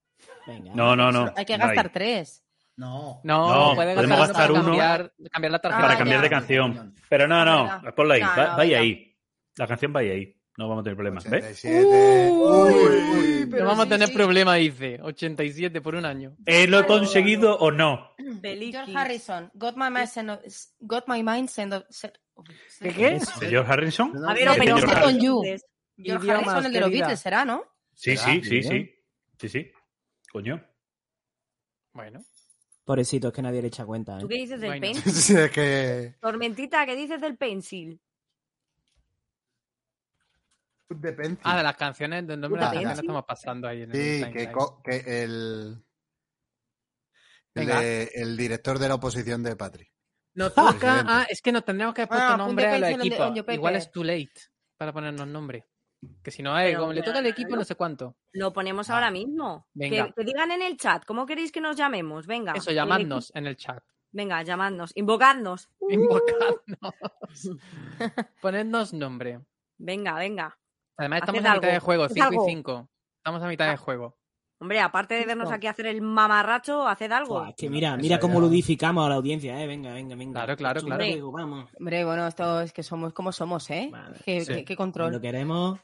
Venga.
No, no, no.
Hay que
no hay.
gastar tres.
No.
No,
No,
puedes
podemos
gastar
gastar
para
uno.
cambiar, cambiar la tarjeta.
Para
Ah,
cambiar
ya.
de canción. Pero no,
Ah,
no.
verdad.
Ponla ahí.
No,
va-
no,
vaya
venga.
ahí. La canción vaya ahí. No vamos a tener problemas. ¿Ves?
87.
Uy,
Uy.
pero
No vamos
sí,
a tener
sí.
problemas, dice. 87 por un año.
Eh, ¿Lo he conseguido o no?
Beliquis.
George Harrison, Got My Mind Send of- Got My Mind Send of- Set-
¿Qué qué?
¿Señor Harrison?
No,
A ver,
no,
No, pero
Señor
está
Harrison.
con You. George
Idiomas,
Harrison, el de los
querida.
Beatles, será, ¿no?
Sí, sí, sí,
Bien.
sí. Sí, sí. Coño.
Bueno,
Pobrecito, es que nadie le echa cuenta, ¿eh?
¿Tú qué dices del
Bueno.
pencil?
[LAUGHS] Sí, es que.
Tormentita, ¿qué dices del pencil?
Depende.
ah, de las canciones, del nombre de las
Puta,
canciones
sí.
estamos pasando ahí en el
Sí,
timeline.
que, co- que el. El,
Venga.
de- el director de la oposición de Patri.
Nos
Ah.
toca. Ah, es que nos tendríamos que haber puesto
Ah,
pues
nombre
apunte
a los
pencil on the- on
equipos.
your paper.
Igual es too late para ponernos nombre. Que si no, eh,
Pero,
como le toca al equipo, no sé cuánto.
Lo ponemos
Ah.
ahora mismo.
Venga.
Que, que digan en el chat, ¿cómo queréis que nos llamemos? Venga.
Eso,
el
llamadnos en el chat. [LAUGHS]
equipo. Venga, llamadnos. Invocadnos. [LAUGHS]
Invocadnos. Ponednos nombre.
Venga, venga.
Además, estamos
Haced
a mitad
algo,
de juego,
haced
5
algo. Ah. ¿Eh?
y 5. Estamos a mitad de juego.
Hombre, aparte de vernos
Listo.
aquí hacer el mamarracho, haced algo.
Buah, es que mira,
Eso
mira cómo
ya.
ludificamos a la audiencia, ¿eh? Venga, venga, venga.
Claro, claro,
Es un
claro.
juego, vamos.
Hombre, bueno, esto es que somos como somos, ¿eh?
Vale.
Qué,
Sí.
qué- qué
Cuando
control.
queremos...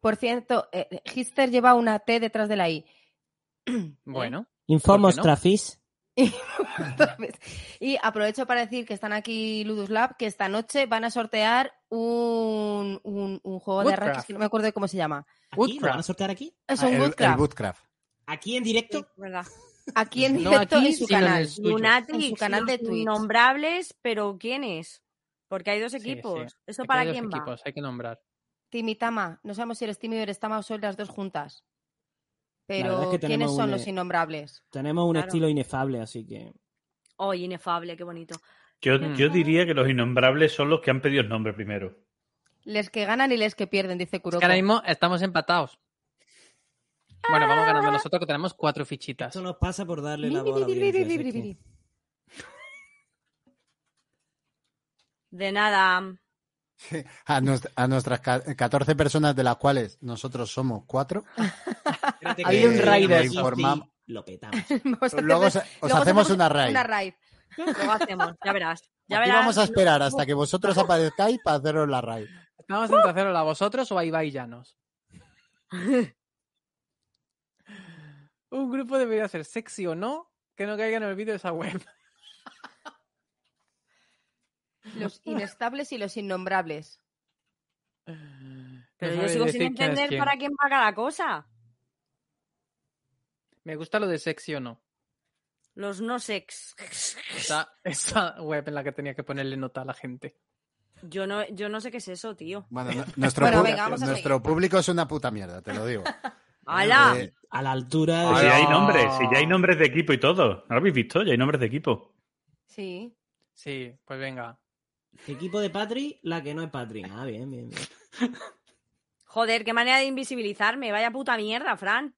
Por cierto, eh, Hister lleva una T detrás de la I. [LAUGHS]
Bueno, ¿Por
Informos,
qué no?
Trafis.
Entonces, y aprovecho para decir que están aquí Ludus Lab, que esta noche van a sortear un, un- un juego de
Woodcraft.
arranques que no me acuerdo de cómo se llama.
¿Aquí? ¿Lo
Woodcraft.
van a sortear aquí?
Es
Ah,
un
el, el
Woodcraft.
Bootcraft.
¿Aquí en
Sí,
directo?
verdad.
aquí en
No
directo
aquí,
en su
sino en
canal.
el suyo.
En su canal de
los
Twitch.
Innombrables, pero ¿quiénes? Porque hay dos
sí.
equipos. ¿Eso
Aquí
para
hay dos
quién va?
equipos, hay que nombrar.
Timmy Tama, no sabemos si eres Timmy o eres Tama o soy las dos juntas.
La
Pero,
verdad es que tenemos
¿quiénes son
un,
los
eh,
innombrables?
Tenemos un
Claro.
estilo inefable, así que...
Oh, inefable, qué bonito.
Yo,
Mm.
yo diría que los innombrables son los que han pedido el nombre primero.
Les que ganan y les que pierden, dice
Es
Kuroko.
que ahora mismo estamos empatados. Bueno, vamos
Ah.
ganando nosotros que tenemos cuatro fichitas.
Esto nos pasa por darle
Bri,
la
bri,
bola a la
bri,
audiencia,
bri,
si
bri,
es que-
bri. [LAUGHS]
De nada.
A, nos- a nuestras ca- 14 personas, de las cuales nosotros somos 4.
[LAUGHS]
Espérate
Hay
que-
un rider.
Lo
informamos.
Lo petamos.
[LAUGHS] Vamos a
Luego os,
hacer-
os
luego
hacemos una raid.
Una raid.
Luego hacemos, ya verás. Ya
Aquí
verás.
vamos a esperar hasta que vosotros aparezcáis para haceros la raid.
¿Estamos en tercero a vosotros o ahí vais llanos? [LAUGHS] Un grupo debería ser sexy o no, que no caiga en el vídeo de esa [LAUGHS] web.
Los inestables y los innombrables.
Pero
No
yo
sabéis
sigo sin
decir quién es
entender
quién.
para quién va cada cosa.
Me gusta lo de sexy o no.
Los no sex.
[LAUGHS] Esa, esa web en la que tenía que ponerle nota a la gente.
Yo no, yo no sé qué es eso, tío.
Bueno, no- nuestro,
Bueno,
pub-
venga, vamos a
nuestro público es una puta mierda, te lo digo.
¡Hala!
Eh,
A la altura
Si
de...
Hola.
ya hay nombres, si ya hay nombres de equipo y todo. ¿No lo habéis visto? Ya hay nombres de equipo.
Sí.
Sí, pues venga.
Equipo de Patri, la que no es Patri. Ah, bien, bien, bien.
Joder, qué manera de invisibilizarme. Vaya puta mierda, Fran.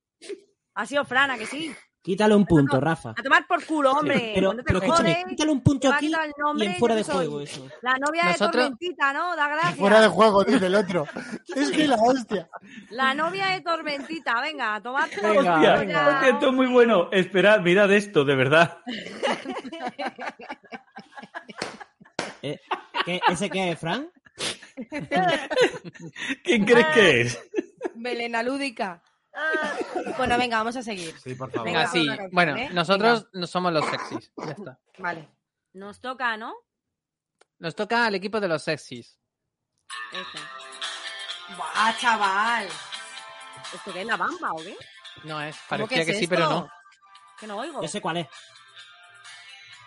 Ha sido Frana, que sí.
Quítale un punto, Rafa.
A tomar por culo, hombre.
Pero,
Cuando te
pero escúchame,
jodes,
quítale un punto
te va a
aquí
quitar el nombre
y en fuera
yo
de
qué soy.
juego eh. eso.
La novia de
Nosotros-
Tormentita, ¿no? Da gracias.
Eh, Fuera de juego, dice el otro. Es que la hostia.
La novia de Tormentita, venga, a
[LAUGHS]
tomar por
Venga,
culo
Hostia,
ya,
hostia, esto es muy bueno. Esperad, mirad esto, de verdad. [LAUGHS]
Eh, ¿qué- ¿Ese qué es, Fran?
¿Quién crees que es?
Melena lúdica. Bueno, venga, vamos a seguir.
Sí, por favor.
Venga,
Venga,
sí.
una canción,
Bueno,
¿eh?
nosotros no somos los sexys. Ya está.
Vale.
Nos toca, ¿no?
Nos toca al equipo de los sexys.
Este. ¡Buah, chaval! ¿Esto qué es la bamba o qué?
No es.
¿Cómo
Parecía
es
que, sí,
esto?
pero no.
Que no oigo.
Yo sé cuál es.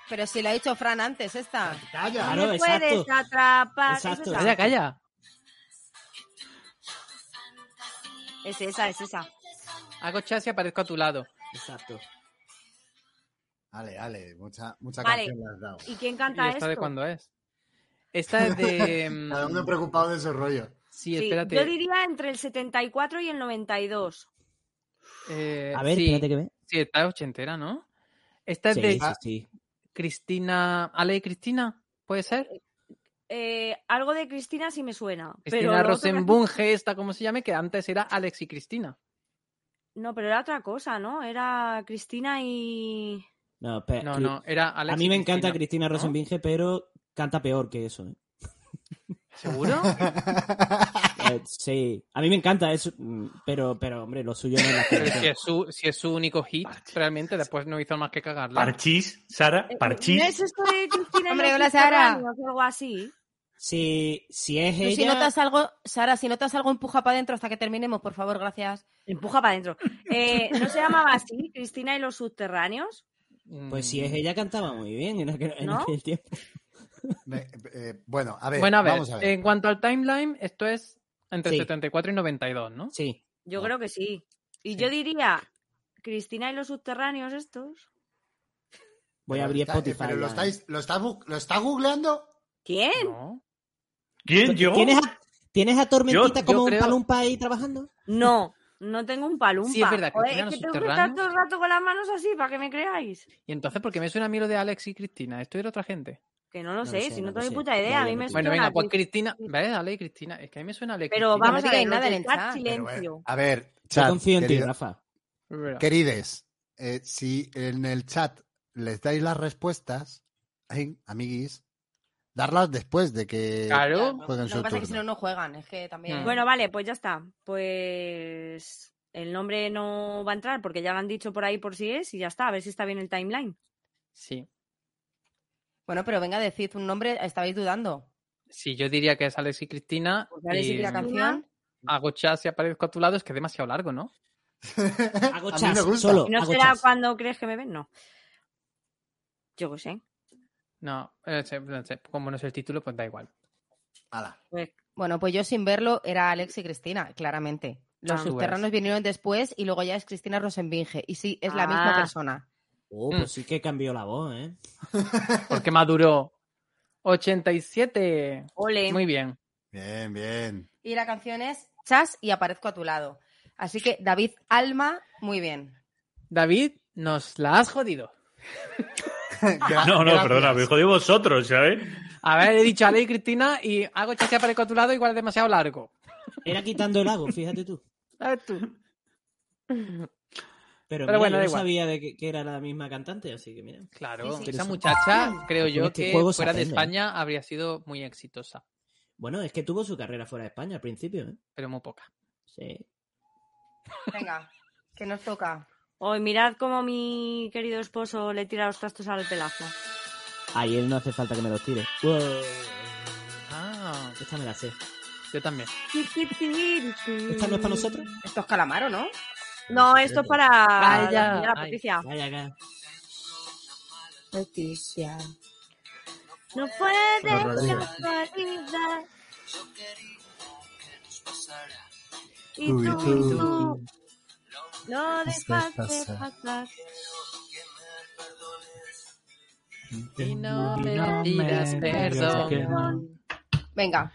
Pero si la ha dicho Fran antes, esta.
Calla.
Claro,
Me
exacto.
puedes atrapar.
Exacto.
Es esa.
Calla, calla.
Es esa, es esa.
Hago chas y aparezco a tu lado.
Exacto.
Ale, ale, mucha, mucha
Vale.
canción le has dado.
¿Y quién
¿Y
canta
esta de
esto?
cuándo es? Esta es
[LAUGHS]
de. mm,
Cada uno preocupado de su rollo.
sí,
Sí,
espérate.
Yo diría entre el 74 y el 92.
Eh,
A ver,
sí,
espérate que ve.
sí, está ochentera, ¿no? Esta es
Sí,
de
sí, sí.
Cristina. ¿Ale y Cristina? ¿Puede ser?
Eh, algo de Cristina sí me suena. pero
Cristina
lo otro que-
Rosenbunge, esta, ¿cómo se llame? Que antes era Alex y Cristina.
No, pero era otra cosa, ¿no? Era Cristina y.
[LAUGHS]
No, espera,
No,
Cri-
no, era Alex.
Eh, a mí me
y
encanta Cristina Rosenbinge, pero canta peor que eso. ¿eh? [LAUGHS]
¿Seguro?
Eh, sí, a mí me encanta eso, mm, pero, pero hombre, lo suyo no es la
Pero si
canción.
es su, si es su único hit, realmente después no hizo más que cagarla.
[LAUGHS] Parchís, Sara,
¿No es
Parchís.
esto de Cristina y
Hombre,
los
hola, Sara.
subterráneos o algo así?
Si, si es
Tú,
ella,
si notas algo, Sara, si notas algo, empuja para adentro hasta que terminemos, por favor, gracias.
Empuja para adentro. Eh, ¿No se llamaba así? ¿Cristina y los subterráneos?
pues si es
Mm.
ella cantaba muy bien en aquel, en
¿No?
aquel tiempo.
Me- eh, bueno, a ver,
Bueno, a ver, eh,
vamos a ver.
en cuanto al timeline, esto es entre
Sí.
74 y 92, ¿no?
Sí,
Yo
No.
creo que sí. Y yo diría, Cristina y los subterráneos estos.
voy a
Pero
abrir
está- eh,
Spotify.
Pero lo,
ya.
estáis, lo, está, bu- ¿Lo está googleando?
¿Quién?
No.
¿Quién? ¿Yo?
Pues, ¿Tienes a, tienes a Tormentita
yo
Yo-
como un
creo-
palumpa ahí trabajando?
No, no tengo un palumpa.
Sí, es verdad,
Joder,
Cristina y los
es que tengo que estar
subterráneos.
todo el rato con las manos así para que me creáis.
Y entonces, ¿por qué me suena a mí lo de Alex y Cristina? Esto era otra gente.
Que no lo
No lo
sé,
sé,
si no
no lo
tengo
sé.
ni puta
Ya,
idea.
ya
a mí
lo
me
sé.
Bueno,
suena
venga, pues
Cristina.
Cristina. ¿Ves? Alex y Cristina. Es que a mí me suena a Alex.
Pero
Cristina,
vamos
no
a
digáis
ver,
nada
nada
en el chat.
Pero, eh,
silencio.
a ver,
Yo
chat,
confío en ti,
querido-
Rafa.
querides, eh, si en el chat les dais las respuestas, ay, amiguis, darlas después de que [LAUGHS]
Claro.
jueguen
Lo que
su
pasa es que si no,
turno.
no juegan. Es que también.
Mm.
Bueno, vale, pues ya está. Pues el nombre no va a entrar porque ya lo han dicho por ahí por si es y ya está, a ver si está bien el timeline.
Sí.
Bueno, pero venga, decid un nombre, estabais dudando.
Sí, yo diría que es Alex y Cristina.
Pues dale, si
y
la canción.
hago chas y aparezco a tu lado. Es que es demasiado largo, ¿no?
Hago
A mí
chas,
me gusta.
solo.
¿Y no
hago
será
chas.
cuando crees que me ven? No. Yo qué sé.
No, eh, se- no sé, como no es el título, pues da igual.
Ala.
Bueno, pues yo sin verlo era Alex y Cristina, claramente. Los
Ah.
subterráneos vinieron después y luego ya es Cristina Rosenbinge. Y sí, es la misma
Ah.
persona.
Oh, pues sí que cambió la voz, ¿eh?
Porque maduró. 87.
Ole.
Muy bien.
Bien, bien.
Y la canción es Chas y aparezco a tu lado. Así que David Alma, muy bien.
David, nos la has jodido.
Gra-
No, no,
gracias.
perdona, me jodido vosotros, ¿sabes?
A ver, he dicho Ale y Cristina y hago chas y aparezco a tu lado. Igual es demasiado largo.
Era quitando el lago, fíjate tú.
¿Sabes tú?
Pero,
Pero
mira,
bueno,
yo
da
no
igual.
sabía de que, que era la misma cantante, así que mira.
Claro,
Sí, sí.
esa
Interesante.
muchacha, creo yo,
este
que
juego se
fuera de
aprende, ¿eh?
España habría sido muy exitosa,
Bueno, es que tuvo su carrera fuera de España al principio, ¿eh?
pero muy poca.
Sí.
Venga, que nos toca.
Hoy mirad cómo mi querido esposo le tira los trastos al pelazo.
Ahí él no hace falta que me los tire. Wow.
Ah,
Esta me la sé.
yo también.
¿Esta no es para nosotros?
Esto es calamaro, ¿no?
No, esto es para la
Vaya,
señora
ay.
Patricia.
Vaya acá.
Noticia.
No puede
Pero Rodrigo.
casualidad. Y
Tú y
tú, y tú,
tú.
no
Estás
dejaste
pasada.
pasar.
Y no me pidas
pidas
perdón.
perdón.
Venga.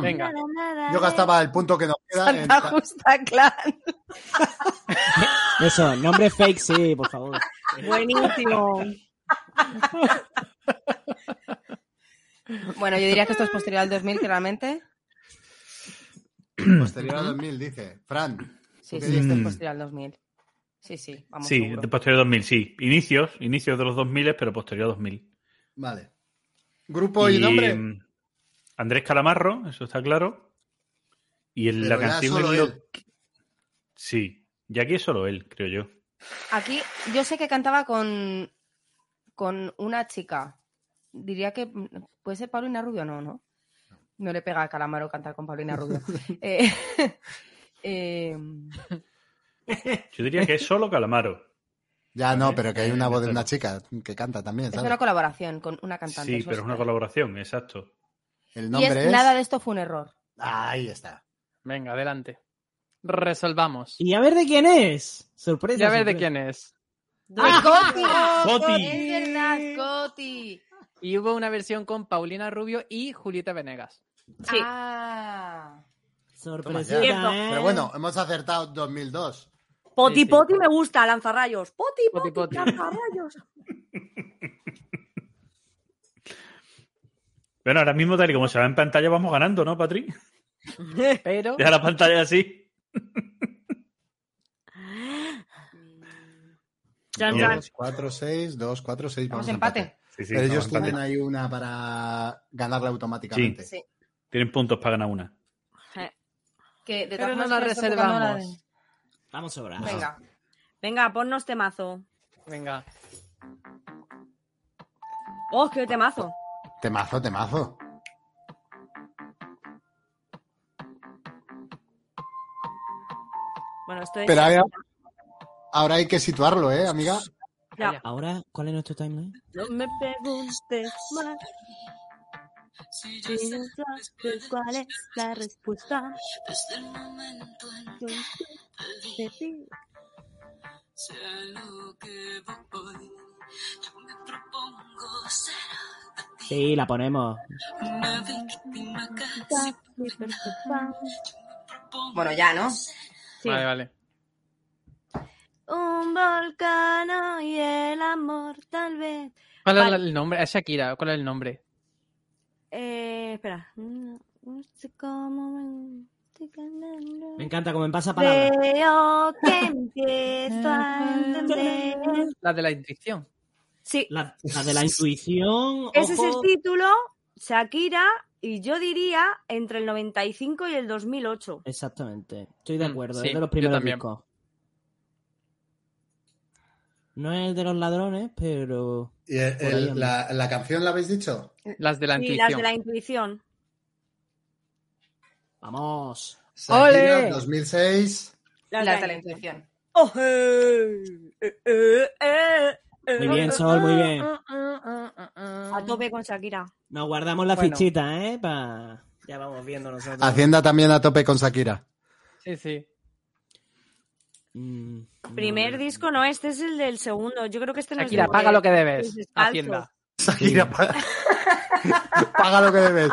Venga,
Nada, nada
Yo
de-
Ah, gastaba el punto que nos queda en
Santa Justa Clan.
Eso, nombre fake, sí, por favor.
[LAUGHS]
Buenísimo.
Bueno, yo diría que esto es posterior al 2000, claramente.
Posterior a 2000, dice. Fran,
Sí,
Ok.
sí, esto es
Mm.
posterior al 2000. Sí, sí, vamos.
Sí,
seguro.
de posterior a 2000, sí. Inicios, inicios de los 2000, pero posterior a 2000.
vale. Grupo Pues, y,
Y,
nombre.
mm, Andrés Calamarro, eso está claro. Y el- la
Pero ya
canción
solo
es lo-
él.
Sí, y aquí es solo él, creo yo.
Aquí yo sé que cantaba con, con una chica. Diría que mm, puede ser Paulina Rubio, no, ¿no? No le pega a Calamaro cantar con Paulina Rubio.
[LAUGHS]
Eh, [LAUGHS] eh,
Yo diría que es solo Calamaro.
Ya no, pero que hay una
Eh,
voz de
claro.
una chica que canta también,
es
¿sabes?
una colaboración con una [LAUGHS] cantante.
Sí,
eso
pero es
sí.
una colaboración, exacto.
El
Y es,
nombre es.
nada de esto fue un error.
Ahí está.
Ah.
Venga, adelante. Resolvamos.
Y a ver de quién es. Sorpresa.
Ya a ver de
sorpresa.
quién es.
[LAUGHS] ¡Ay, Coti!
Coti.
Es verdad, Coti.
Y hubo una versión con Paulina Rubio y Julieta Venegas.
Sí.
Ah.
Sorpresita,
Cierto.
¿eh?
Pero
[LAUGHS]
bueno, hemos acertado 2002.
Sí,
Poti
sí.
Poti me gusta, lanzarrayos. Poti
Poti, poti.
Poti, lanzarrayos.
Bueno, ahora mismo, tal y como se va en pantalla, vamos ganando,
[LAUGHS]
¿no, Patri?
Pero
Deja la pantalla así.
Chan,
Bien.
chan.
2, 4, 6, 2, 4, 6.
Vamos empate.
Sí, sí,
Pero
vamos
ellos
en pantalla.
tienen ahí una para ganarla automáticamente.
Sí.
Tienen puntos para ganar una.
Que de
Pero
todas
no
formas
la
estoy buscando la de-
reservamos.
Vamos a hablar.
Venga.
Venga, ponnos temazo.
venga,
Oh, qué temazo.
Temazo, temazo.
Bueno, esto es.
Pero ahora, ahora hay que situarlo, ¿eh, amiga?
Ya.
Ahora, ¿cuál es nuestro timeline?
No me preguntes más. Si no sabes cuál es la respuesta. Yo te pido.
Sí, la ponemos.
Bueno, ya, ¿no?
Sí.
vale, vale.
Un volcán y el amor, tal vez.
¿Cuál
Vale.
es el nombre? Es Shakira, ¿cuál es el nombre?
Eh, espera. No sé cómo me-
Me encanta como en pasa palabra.
Creo que empiezo a entender.
La de la intuición.
Sí,
La, la de la intuición.
[LAUGHS] ese es el
ojo.
título. Shakira, y yo diría entre el 95 y el 2008.
Exactamente. Estoy de
Mm,
acuerdo.
sí,
es de los
yo
primeros
también.
discos. No es el de los ladrones, pero.
Y eh, el-
Por ahí,
el- la, la canción la habéis dicho?
Las de la
Sí,
intuición.
las de la intuición.
Vamos.
Shakira,
¡Ole!
2006.
Las
la
de la intuición.
teleintuición.
Oh, eh, eh, eh, eh, eh.
Muy bien, Sol, muy bien.
Ah,
A tope con Shakira.
Nos guardamos la
Bueno.
fichita, ¿eh? Pa... Ya vamos viendo nosotros.
Hacienda también a tope con Shakira.
Sí, sí.
Mm, no,
Primer
no.
disco no, este es el del segundo. Yo creo que este no
Shakira,
es
paga lo que debes.
Dices falso.
Hacienda.
Shakira, paga, [LAUGHS] paga lo que debes.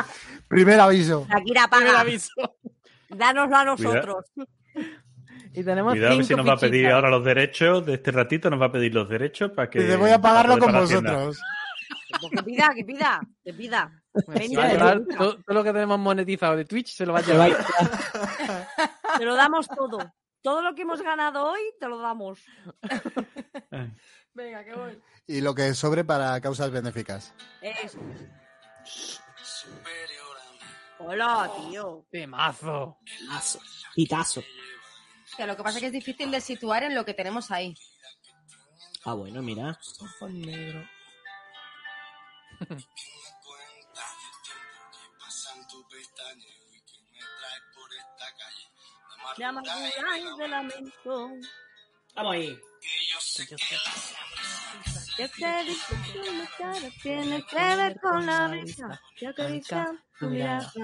Primer aviso.
Shakira,
Primer
paga. [LAUGHS]
aviso.
Danoslo a nosotros.
Y tenemos
Cuidado que
cinco
si nos va a pedir
fichitas.
ahora los derechos, de este ratito nos va a pedir los derechos para que...
Dice, voy a pagarlo
para poder
con
pagar Hacienda.
vosotros.
Que pida, que pida, que pida.
Bueno, se
Venid
va a
a
llevar
Twitch.
todo, todo lo que tenemos monetizado de Twitch se lo va a
Te va a
llevar.
ir-
Te lo damos todo. Todo lo que hemos ganado hoy, te lo damos.
Venga, que voy.
Y lo que sobre para causas benéficas.
Eso. Hola, tío.
Temazo.
Pitazo.
O sea, lo que pasa es que es difícil de situar en lo que tenemos ahí.
Ah, bueno, mira.
De amargura y de lamento.
Vamos ahí.
Que te dice que no te tiene que ver con la brisa. Que acaricia tu mirada.
[LAUGHS]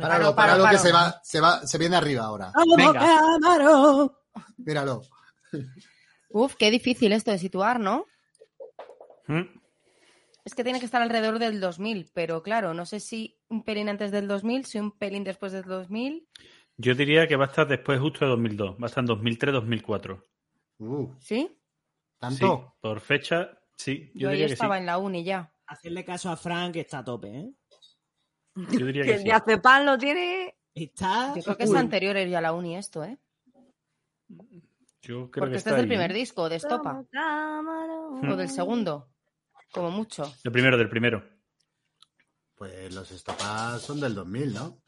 Páralo,
paro,
páralo, que
paro. Ah.
se va, se va, se viene arriba ahora.
Venga.
Amaro.
Míralo.
Uf, qué difícil esto de situar, ¿no?
¿Mm?
Es que tiene que estar alrededor del 2000, pero claro, no sé si un pelín antes del 2000, si un pelín después del 2000.
Yo diría que va a estar después justo de 2002. Va a estar en 2003-2004.
Uh,
¿Sí?
¿Tanto?
Sí, por fecha, sí. Yo,
Yo, ahí
diría que sí.
estaba en la uni ya.
Hacerle caso a Frank que está a tope, ¿eh?
Yo diría
Que
que
el
sí.
de Acepan lo tiene.
Está.
Yo creo que es
full.
anterior ya a la uni esto, ¿eh?
Yo creo que
Porque este es
está
del
ahí,
primer
¿eh?
disco, de Estopa.
Somos camarón.
O del segundo. Como mucho.
Del primero, del primero.
Pues los estopas son del 2000, ¿no?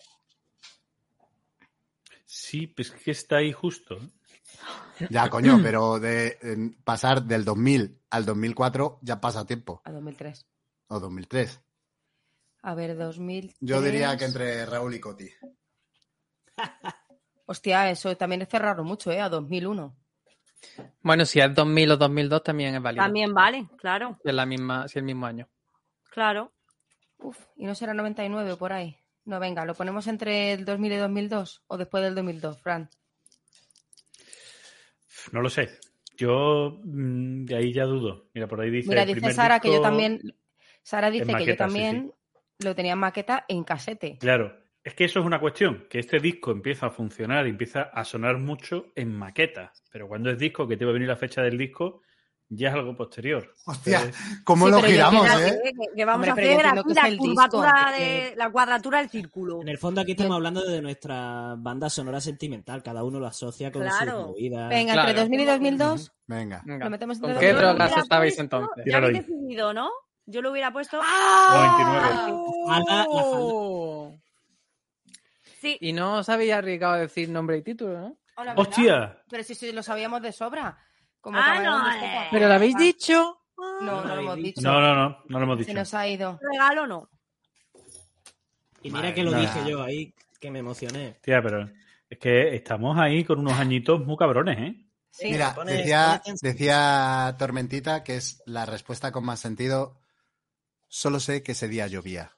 Sí, pues que está ahí justo. ¿eh?
Ya, coño, pero de en pasar del 2000 al 2004 ya pasa tiempo.
A 2003.
O 2003.
A ver, 2000.
Yo diría que entre Raúl y Coti.
Hostia, eso también es cerrarlo mucho, ¿eh? A 2001.
Bueno, si es 2000 o 2002 también es válido.
También vale, claro,
Si es, la misma, si es el mismo año.
claro.
Uf, y no será 99 por ahí. No, venga, lo ponemos entre el 2000 y 2002 o después del 2002, Fran.
No lo sé. Yo mm, de ahí ya dudo. Mira, por ahí dice.
Mira,
el
dice
primer
Sara que yo
disco-
también. Sara dice que yo
maqueta, sí,
también lo tenía en maqueta en casete.
Claro, es que eso es una cuestión, que este disco empieza a funcionar, empieza a sonar mucho en maqueta, pero cuando es disco, que te va a venir la fecha del disco, ya es algo posterior.
Hostia.
Entonces,
¿Cómo
Sí,
lo
pero yo
giramos,
creo
eh?
Que, que vamos
Hombre, pero yo
a hacer
entiendo
aquí
que es
la
el disco,
curvatura
porque-
de la cuadratura del círculo.
En el fondo aquí estamos hablando de nuestra banda sonora sentimental. Cada uno lo asocia con
Claro.
sus movidas.
Venga,
Claro.
entre 2000 y 2002
Venga.
Venga.
lo metemos entre
¿Con
los
qué
dos.
droga
drogas
Mira,
estabais
pues,
entonces?
Ya
Tíralo ahí.
habéis decidido, ¿no? Yo lo hubiera puesto.
Ah,
Ah.
Falda, la falda.
Oh.
Sí.
Y no os habéis arriesgado a decir nombre y título, ¿no?
Hola, ¿verdad?
¡Hostia!
Pero si sí, lo sabíamos de sobra. Como
Ah,
caballo
no,
de Estopa.
eh.
¿Pero lo
Ah.
habéis dicho?
No, no lo hemos dicho.
No, no, no, no lo hemos dicho.
Se nos ha ido.
Regalo no.
Y mira que lo
Madre
dije
mía.
yo ahí, que me emocioné.
Tía, pero es que estamos ahí con unos añitos muy cabrones, ¿eh?
Sí.
Mira,
pone-
decía,
pone tensión.
decía Tormentita que es la respuesta con más sentido. Solo sé que ese día llovía.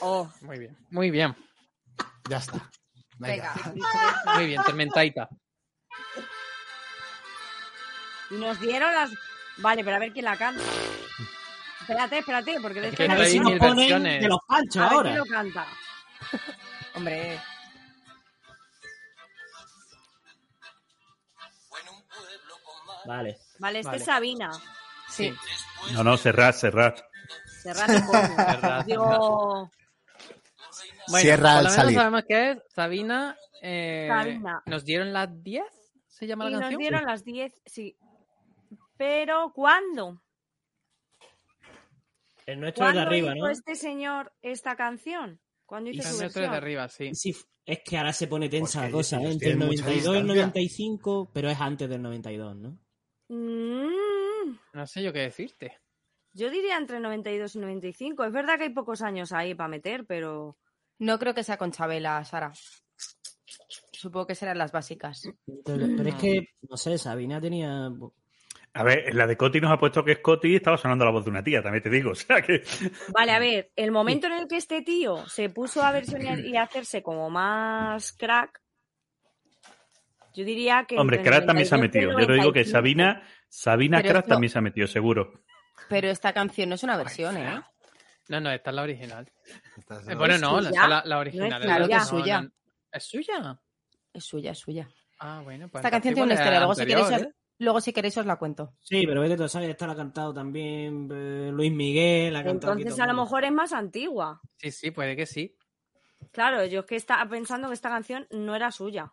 Oh, muy bien, muy bien,
Ya está.
Venga.
Venga.
muy bien, Tormentaita.
Y nos dieron las. Vale, pero a ver quién la canta. Espérate, espérate, porque de
Es
esto
que
A
no-
ver
hay
si nos
mil
ponen
versiones.
de los panchos
A ver quién
ahora.
lo canta.
Hombre,
Vale.
Vale, este
Vale.
es Sabina.
sí.
No, no, cerrad, cerrad.
Cerrado el coño.
[LAUGHS]
Cerrad,
Digo,
Cierra
por
al
lo menos
salir.
sabemos que es Sabina. eh,
Sabina.
¿Nos dieron las 10? ¿Se llama
y
la
nos
canción?
dieron las 10, sí. Pero, ¿cuándo?
El nuestro es de
¿Cuándo
arriba,
hizo
¿no?
este señor esta canción? ¿Cuándo hizo su
Las otras de
versión?
arriba, sí.
Sí, es que ahora se pone tensa la
Porque
cosa, ¿eh?
ellos
Entre el
tienen mucha
92 y el
distancia.
95, pero es antes del 92, ¿no?
Mm,
No sé yo qué decirte.
yo diría entre 92 y 95. Es verdad que hay pocos años ahí para meter, pero...
No creo que sea con Chabela, Sara. Supongo que serán las básicas.
Pero, pero
Ah.
es que, no sé, Sabina tenía...
A ver, en la de Coti nos ha puesto que es Coti y estaba sonando la voz de una tía, también te digo. [LAUGHS] O sea que.
Vale, a ver, el momento en el que este tío se puso a versionar y a hacerse como más crack, yo diría que...
Hombre,
entre
Krat también se ha
92 y
metido. Yo te digo que
95.
Sabina, Sabina
Pero
Krat
esto-
también se ha metido, seguro.
Pero esta canción no es una versión, ¿eh?
No, no, esta es la original.
Estás-
Eh, bueno, no,
suya.
esta es la, la original.
No es
Claro que
la-
es suya.
no, no. ¿Es suya?
Es suya, es suya.
Ah, bueno, pues.
Esta canción
entonces
tiene una historia. Luego,
igual era
si queréis,
anterior,
os- luego si queréis os la cuento.
Sí, pero vete tú, ¿sabes? Esta la ha cantado también eh, Luis Miguel, la ha cantado... aquí
Entonces
todo
a
el
lo
mundo.
mejor es más antigua.
¿eh? Sí, sí, puede que sí.
Claro, yo es que estaba pensando que esta canción no era suya.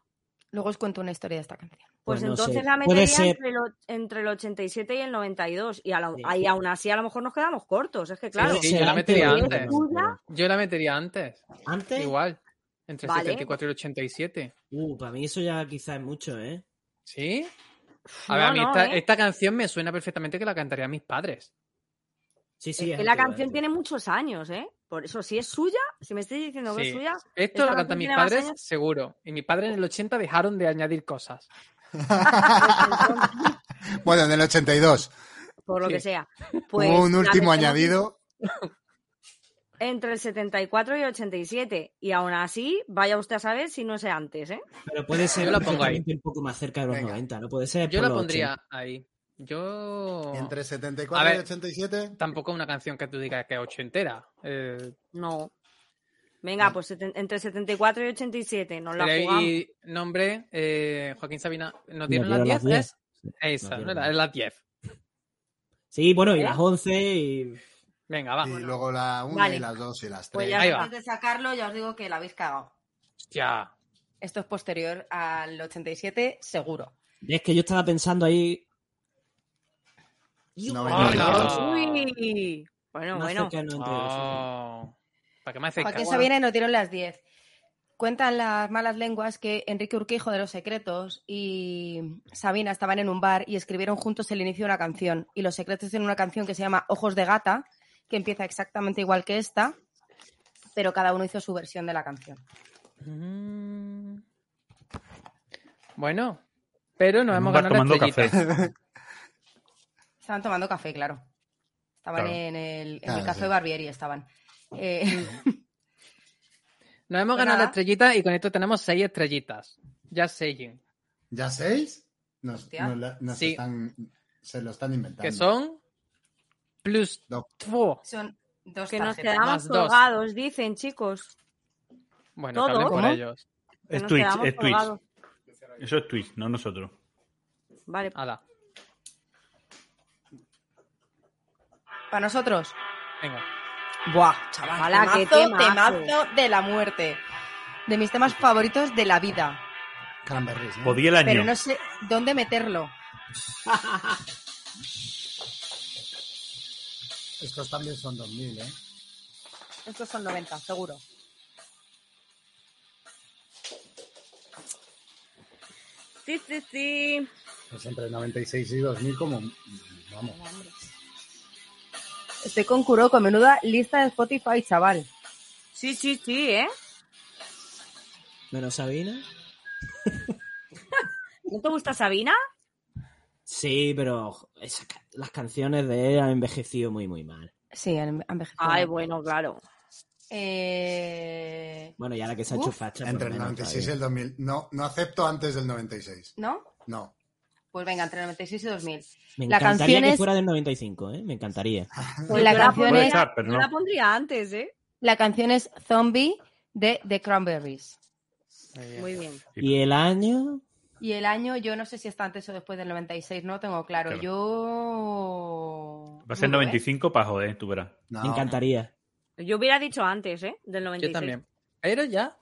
Luego os cuento una historia de esta canción.
Pues,
Pues no
entonces
sé.
la
Puede
metería
ser.
entre, el, o- entre el 87 y el 92. Y, a la-
Sí.
ahí aún así a lo mejor nos quedamos cortos. Es que claro,
Sí,
Puede ser
yo la
antes
metería
del
antes.
92.
Yo la metería antes.
¿Antes?
Igual. Entre
Vale.
74 y 87.
Uh, para mí eso ya quizás es mucho, ¿eh?
¿Sí? A ver, a mí
No, no,
esta,
¿eh?
esta canción me suena perfectamente que la cantarían mis padres.
Sí, sí.
es que
es
la
antes,
canción
vale.
tiene muchos años, ¿eh? Por eso, si es suya, si me estáis diciendo que
Sí.
es suya,
Esto
Esta
lo cantan
canción
mis
tiene más
padres,
años.
seguro. Y mis padres en el 80 dejaron de añadir cosas.
bueno, en el 82.
por lo
Sí.
que sea. Pues,
Hubo un
la
último
metemos
añadido.
Entre el 74 y el 87. Y aún así, vaya usted a saber si no es antes, ¿eh?
Pero puede ser
Yo la pongo ahí.
perfectamente un poco más cerca de los
Venga.
90, ¿no? Puede ser
Yo
por
la
los
pondría ahí. Yo.
Entre
A
74
ver.
y 87.
Tampoco es una canción que tú digas que es ochentera. Eh,
No. Venga, pues seten- entre 74 y 87, nos la
Pero
jugamos.
y nombre, eh, Joaquín Sabina, ¿nos dieron
Mira, pero
las
las
10?
10.
Es esa,
dieron
¿no?
las
es las 10.
Sí, bueno, y las 11 y...
Venga, va.
Y luego la 1
Vale.
y las 2 y las 3.
Pues ya
Ahí
está.
va.
Antes de sacarlo, ya os digo que la habéis cagado.
Hostia.
Esto es posterior al 87, seguro.
Y es que yo estaba pensando ahí...
Ah, Hola.
Uy. Bueno,
No
bueno.
cerca, no entre dos, sí.
Oh. ¿Para qué me haces
Joaquín
caso?
Sabina y nos dieron las 10. Cuentan las malas lenguas que Enrique Urquijo de Los Secretos y Sabina estaban en un bar y escribieron juntos el inicio de una canción. Y Los Secretos tienen una canción que se llama Ojos de Gata, que empieza exactamente igual que esta, pero cada uno hizo su versión de la canción.
Mm. Bueno, pero nos
En
hemos
un bar
ganado la
tomando
estrellita.
Estaban tomando café, claro. Estaban
Claro.
en el, en
Claro,
el café
sí.
Barbieri, estaban. Eh, [LAUGHS]
Nos hemos
Pues
ganado la
nada.
estrellita y con esto tenemos seis estrellitas. Ya selling.
¿Ya 6? Nos,
Hostia.
nos la- nos
Sí.
están, se lo están inventando.
Que son plus
No.
two.
son dos
Que nos
tarjetas.
quedamos
Más dos.
colgados, dicen, chicos.
Bueno, que hablen
¿Todo?
por
¿Cómo?
ellos.
Que
Es
nos
Twitch,
quedamos
es Twitch.
colgados.
Eso es Twitch, no nosotros.
Vale.
Hala,
Para nosotros.
venga.
Buah, chaval.
Ojalá, qué
temazo,
temazo.
temazo de la muerte. De mis temas favoritos de la vida.
Cranberries, ¿no?
Podía el año.
Pero no sé dónde meterlo.
Estos también son 2000, ¿eh?
Estos son 90, seguro.
Sí, sí, sí.
Pues entre 96 y 2000 como... Vamos.
Estoy con Kuroko, menuda lista de Spotify, chaval.
Sí, sí, sí, ¿eh?
Menos Sabina.
¿No te gusta Sabina?
Sí, pero jo, esas ca- las canciones de él han envejecido muy, muy mal.
Sí, han han
Ah.
envejecido.
Ay, bueno, claro.
Eh,
Bueno, ya la que se ha hecho
Uf,
facha. por
Entre
lo
el
menos
96 y
todavía.
el 2000. No, no acepto antes del 96.
¿No?
No.
Pues venga, entre 96 y 2000.
Me
La
encantaría
canción
que
es-
fuera del 95, ¿eh? Me encantaría.
Pues
la
yo
canción
Puede
es,
estar, pero
Yo
no.
la pondría antes, ¿eh?
la canción es Zombie de The Cranberries.
Muy bien.
¿Y el año?
Y el año, yo no sé si está antes o después del 96, no lo tengo claro.
Claro.
Yo.
Va a ser
Duro, ¿eh?
95 para joder, tú verás.
No.
Me encantaría.
Yo hubiera dicho antes, ¿eh? Del
Yo
96.
también. Pero ya,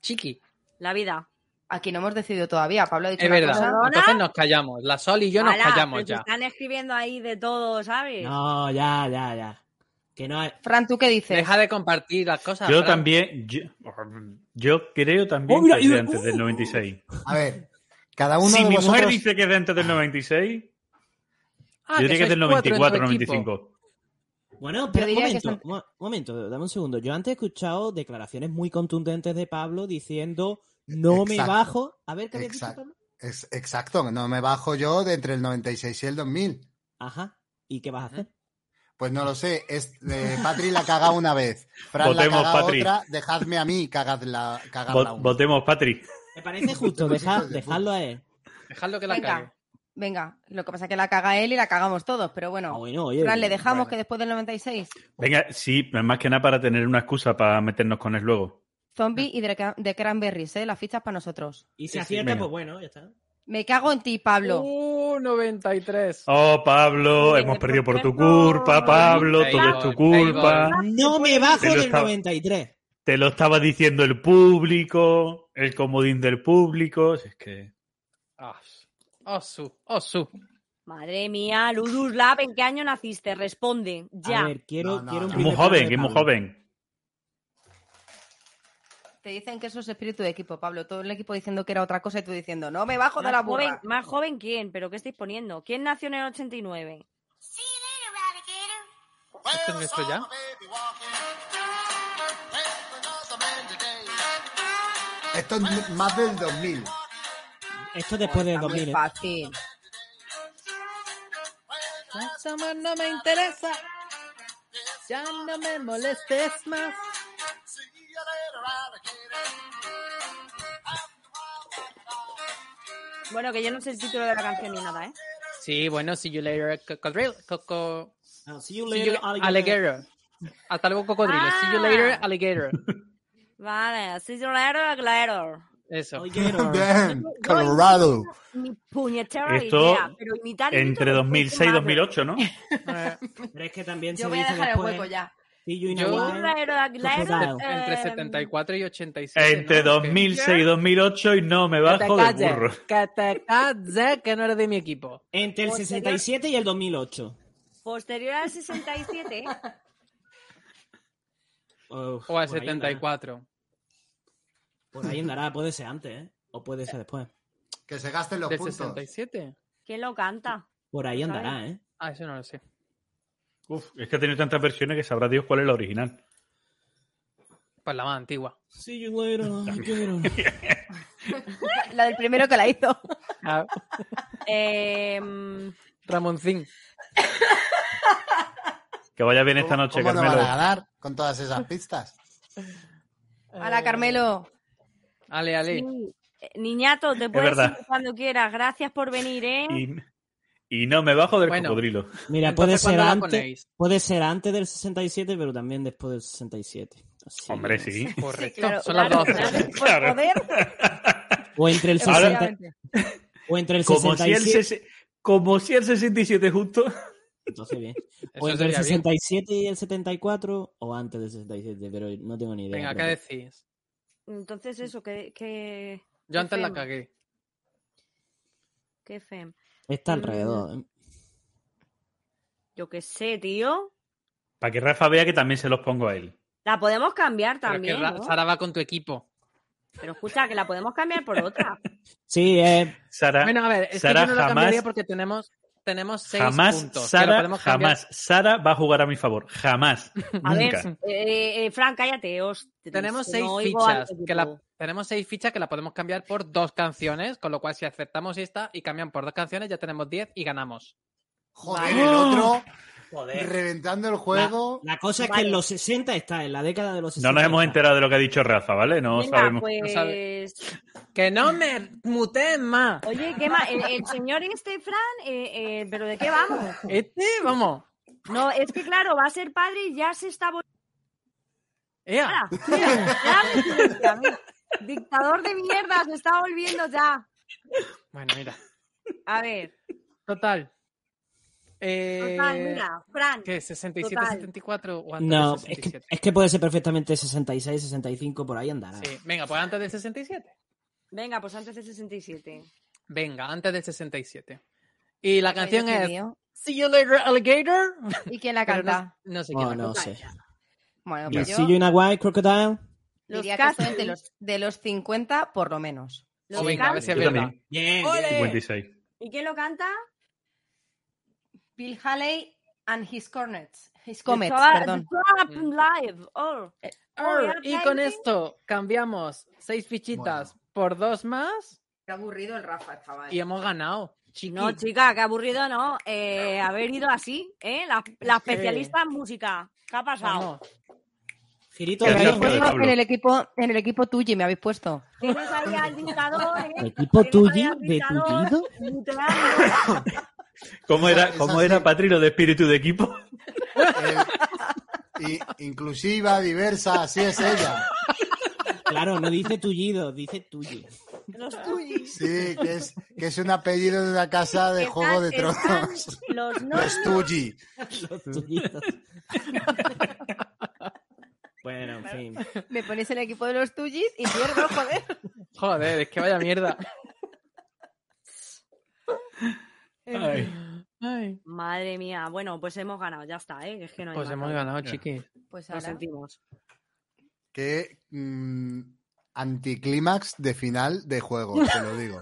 chiqui.
La vida.
Aquí no hemos decidido todavía. Pablo ha dicho
Es
una
verdad.
cosa.
¿Perdona?
Entonces nos callamos. La Sol y yo nos
Ala,
callamos
pero se
ya.
Están escribiendo ahí de todo, ¿sabes?
No, ya, ya, ya. Que no hay...
Fran, ¿tú qué dices?
Deja de compartir las cosas.
Yo
Fran.
también, yo, yo creo también
Oh, mira,
que es de
y-
antes del 96.
A ver, [LAUGHS] cada uh, uno
si
de
mi
vosotros...
mujer dice que es de antes del 96,
Ah,
yo diría que es
sois
del
cuatro en tu
94,
equipo.
95.
Bueno, pero un
diría que
momento,
son-
un momento, dame un segundo. Yo antes he escuchado declaraciones muy contundentes de Pablo diciendo no me
Exacto.
bajo. A ver, ¿qué habías dicho,
Exacto.
Pablo?
Es, exacto, no me bajo yo de entre el 96 y el 2000.
Ajá. ¿Y qué vas a hacer?
Pues no lo sé. Es, eh, Patri la caga una vez. Fran
Votemos,
la caga
Patri.
otra. Dejadme a mí cagadla, cagarla
Vot-
una.
Votemos, Patri.
Me parece justo
Hijos
dejar,
de puta.
dejarlo a él.
Dejadlo que la
Venga.
cague.
Venga, lo que pasa es que la caga él y la cagamos todos, pero
Ah,
bueno.
bueno, oye,
Fran, ¿le dejamos
bueno.
que después del 96?
Venga, sí, más que nada para tener una excusa para meternos con él luego.
Zombie y The, Cra- The Cranberries, ¿eh? Las fichas para nosotros.
y
sí,
si acierta,
venga.
pues bueno, ya está.
Me cago en ti, Pablo.
Uh, 93.
Oh, Pablo,
Oye,
hemos
que
perdido por tu
perfecto.
culpa, Pablo, todo es tu culpa.
No me bajo
Pero
del
estaba-
93.
Te lo estaba diciendo el público, el comodín del público. si Es que.
Ah, Osu, Osu.
Madre mía, Ludus Lab, ¿en qué año naciste? Responde, ya.
A ver, quiero,
No, no,
quiero un
no.
Es
primer
muy
plano
joven,
de
es muy
Pablo.
joven.
Te dicen que eso es espíritu de equipo, Pablo. Todo el equipo diciendo que era otra cosa y tú diciendo, no me bajo de
más,
la
joven,
burra.
¿Más joven quién? ¿Pero qué estáis poniendo? ¿Quién nació en el 89?
¿Este es nuestro ya?
Esto es más del 2000.
Esto es después del
Está muy
2000. ¿eh?
fácil.
Nada más no me interesa. Ya no me molestes más.
Bueno, que yo no sé el título de la canción ni nada, ¿eh?
Sí, bueno, see you later, cocodrilo. Coco...
Ah, see you
see
later,
you-
alligator.
Ah. alligator. Hasta luego, cocodrilo. See you later, alligator.
Vale, see you later, later.
Eso.
Oye, no.
Damn, Colorado.
Ni puñetera
Esto
idea, pero imitar
Entre 2006 y 2008, ¿no?
Eh,
Pero es que también
Yo
se
voy a
dice
dejar el
después,
hueco ya.
"See you in a
Yo-
while". Claro.
eh,
Entre 74 y 87. [LAUGHS]
[LAUGHS] Entre
¿no?
2006 y 2008 y no me
Que te
bajo del
calles,
burro.
Que te calles, que no eres de mi equipo.
Entre el 67 y el 2008.
Posterior al 67,
Uf,
O al
por ahí andará.
74.
Por ahí andará, puede ser antes, ¿eh? O puede ser después.
Que se gasten los
¿Del
puntos.
67?
¿quién
[LAUGHS]
lo canta?
Por ahí andará, ¿eh?
Ah, eso no lo sé.
Uf, es que ha tenido tantas versiones que sabrá Dios cuál es la original.
Pues la más antigua.
See you later, later.
La del primero que la hizo.
Ah,
Eh, mm,
Ramoncín.
Que vaya bien esta noche,
¿Cómo no van a
Carmelo.
ganar con todas esas pistas?
Hola, Carmelo.
Ale, ale.
sí. Eh, Niñato, te puedes
verdad.
ir cuando quieras. Gracias por venir, ¿eh?
Y, y no me bajo del
Bueno.
cocodrilo.
[LAUGHS] Mira,
Entonces,
puede ser,
¿cuándo la
antes,
ponéis?
puede ser antes del 67, pero también después del 67. Así
Hombre,
que-
sí.
Correcto.
Claro,
Son
claro,
las 12.
claro. Por
Claro.
poder,
O
[LAUGHS]
entre el,
Ahora-
60, o entre el
Como si, el
67.
sese- como si el 67 justo.
Entonces, bien.
Eso
O entre el
sería bien.
67 y el 74, o antes del 67, pero no tengo ni idea.
Venga, ¿qué
pero-
decís?
Entonces, eso, que, que,
Yo antes la
feo.
cagué.
que E fem.
Está alrededor. ¿eh?
Yo qué sé, tío.
Para que Rafa vea que también se los pongo a él.
La podemos cambiar
Pero es que
también.
Ra-
¿no?
Sara va con tu equipo.
Pero escucha, que la podemos cambiar por otra.
Sí, eh,
Sara,
Bueno, a ver, es
Sara
que yo no la
jamás-
cambiaría porque tenemos, tenemos seis
jamás,
puntos. que lo
Sara,
podemos cambiar.
jamás, Sara va a jugar a mi favor.
[LAUGHS]
Jamás.
A
Nunca.
ver, eh, eh, Fran, cállate, ostras.
Tenemos
que
seis
no oigo
fichas
algo,
que la,
tipo,
tenemos seis fichas que la podemos cambiar por dos canciones, con lo cual si aceptamos esta y cambian por dos canciones ya tenemos 10 y ganamos.
Joder, el otro
joder.
reventando el juego.
La cosa es que en los 60 está, en la década de los 60.
No nos hemos
está.
enterado de lo que ha dicho Rafa, ¿vale? No
venga,
No
sabemos.
pues...
Que no me muteen
[LAUGHS]
más.
Oye, ¿qué más? El, el señor este, Fran, eh, eh, ¿pero de qué vamos?
Este, vamos.
No, es que claro, va a ser padre y ya se está... vol-
Ea.
Mira, ya me tienes a mí. Dictador de mierda, se está volviendo ya.
Bueno, mira.
A ver,
Total. Eh,
total, mira, Fran,
¿Qué? ¿67,
Total.
74 o antes
No,
del
es que,
67?
es que puede ser perfectamente 66, 65, por ahí andará.
Sí, venga, pues antes del 67.
venga, pues antes de 67.
Venga, antes del 67. Y la canción
Ay, Dios
es
mío.
See You Later Alligator.
¿Y quién la
[LAUGHS] Pero no-
canta?
No, sé quién
Oh,
la
no
canta.
sé.
Bueno,
Y
pues
See
yo
you in a while, crocodile.
diría que
Los
son de los, de los 50 por lo menos.
Los
O venga, a ver si es
Yo
verdad.
también.
Bien.
¡Ole!
56.
¿Y quién lo canta?
Bill Haley and his cornets. His comets,
The Trap-
perdón.
The Trap Live. Oh.
Arr,
Hola,
y con
Daisy.
esto cambiamos seis fichitas por dos más
Qué aburrido el Rafa, chaval.
y hemos ganado. Chiqui.
No, chica, qué aburrido, ¿no? Eh, haber ido así, ¿eh? La, la especialista en música. ¿Qué ha
Vamos.
pasado?
Girito
¿Qué
de guión.
haces, Fran?
Pues
de
no,
Pablo.
en el equipo, en el equipo tuyo me habéis puesto.
Tienes ahí al dictador, ¿eh?
El equipo tuyo,
Tienes ahí al
de
dictador,
tullido.
muteando.
¿Cómo era,
Esa-
cómo
esa
era
sí.
Patri lo de espíritu
[LAUGHS]
de equipo?
eh, y- inclusiva, diversa, así es ella.
Claro, no dice tullido, dice [LAUGHS] tuyo.
Los tuyos.
Sí, que es, que es un apellido de una casa de Juego de
Están-
Tronos.
están
[LAUGHS]
Los
Los
novios.
Tuyi.
[LAUGHS]
Los tullidos. Bueno, en fin.
Me ponéis en el equipo de los tuyis y pierdo, joder.
Joder, es que vaya
[LAUGHS]
mierda.
Ay.
Ay.
Madre mía. Bueno, pues hemos ganado, ya está, ¿eh? Es que no hay
Pues
más
hemos
nada.
ganado, chiqui.
Pues
Lo
ahora.
sentimos.
Qué mm, anticlímax de final de juego, te lo digo.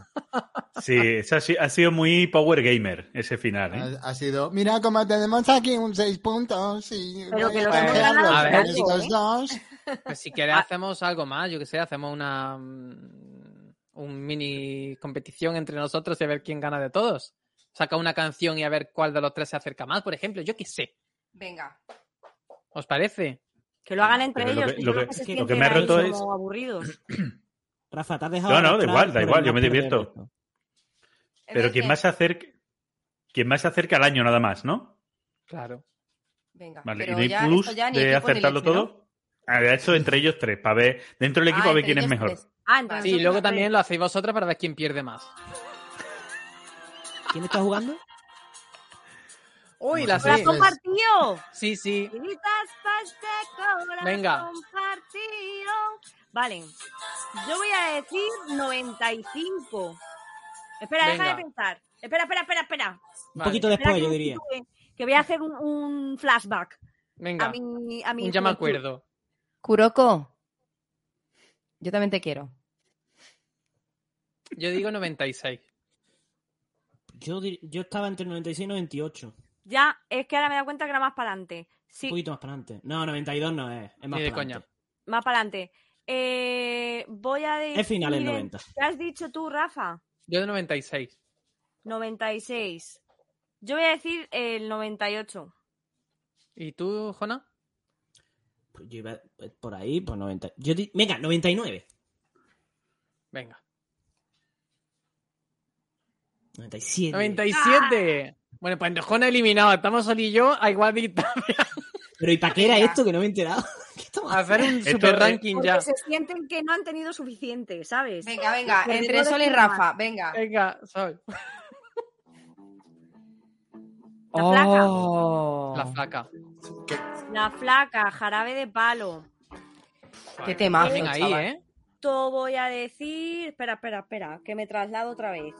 Sí, esa ha si- ha sido muy power gamer ese final.
Ah,
¿eh?
Ha, ha sido, mira cómo tenemos aquí un seis puntos y
Pero que
voy a
los
hemos
cogerlos
ganado,
con
¿eh?
estos dos.
Pues
[LAUGHS]
si
Ah.
quieres hacemos algo más, yo que sé, hacemos una mm, un mini competición entre nosotros y a ver quién gana de todos. Saca una canción y a ver cuál de los tres se acerca más, por ejemplo, yo qué sé.
Venga.
¿Os parece?
Que lo hagan entre
Pero lo
ellos.
que-
y
lo
yo creo
que-
se
lo que
sienten
me ha
ahí
roto es-
como aburridos.
Rafa, te has dejado.
No, no, da
arrastrar
igual, da
por el
igual, yo me
más
divierto.
perverso.
Pero
Entonces,
quien más se acerca, quien más se acerca al año nada más, ¿no?
Claro.
Venga,
Vale,
pero
y no hay
ya,
plus
esto ya ni
de
equipo ni
acertarlo
leche, ¿no?
todo. Había hecho entre ellos tres, para ver, dentro del equipo
Ah,
a ver
entre
quién es
ellos
mejor.
tres.
Ah, entre
Sí,
nosotros
luego
tres.
también lo hacéis vosotras para ver quién pierde más.
¿Quién está jugando?
Uy, la
¡Lo has
sé.
Nosotros tres.
compartido!
Sí, sí.
Gritas pa' este corazón
Venga.
partido. Vale. Yo voy a decir 95. Espera, deja
Venga.
de pensar. Espera, espera, espera, espera.
Un
Vale.
poquito
Espera
después,
que
yo
me
diría.
sitúe, Que voy a hacer un, un flashback a
Venga,
mi, a mi
un ya me
juventud.
acuerdo.
Kuroko, yo también te quiero.
Yo digo 96.
Yo, dir- yo estaba entre 96 y 98.
Ya, es que ahora me he dado cuenta que era más para adelante.
Un
Sí,
poquito más para adelante. No, 92 no es. Es más
Ni de
para
coña.
adelante.
más para adelante. Eh, voy a decir.
Es final el 90.
¿Qué has dicho tú, Rafa?
Yo de 96.
96. Yo voy a decir el 98.
¿Y tú, Jona?
Pues yo iba pues, por ahí, pues 90. Yo di- Venga, 99.
Venga.
97.
97.
Ah.
Bueno, pues Jona eliminado. Estamos Sol y yo a igual distancia.
Pero ¿y para qué era esto que no me he enterado? [LAUGHS] ¿Qué estamos
A hacer un
Esto
super
es-
ranking
Porque
ya.
se sienten que no han tenido suficiente, ¿sabes?
Venga, venga,
Pues
Pero
entre
no
Sol y
decir más.
Rafa, venga.
Venga, Sol.
La flaca.
Oh.
La flaca.
La flaca, jarabe de palo.
Qué temazo,
Bien ahí,
chaval.
¿eh?
Esto voy a decir. Espera, espera, espera, que me traslado otra vez.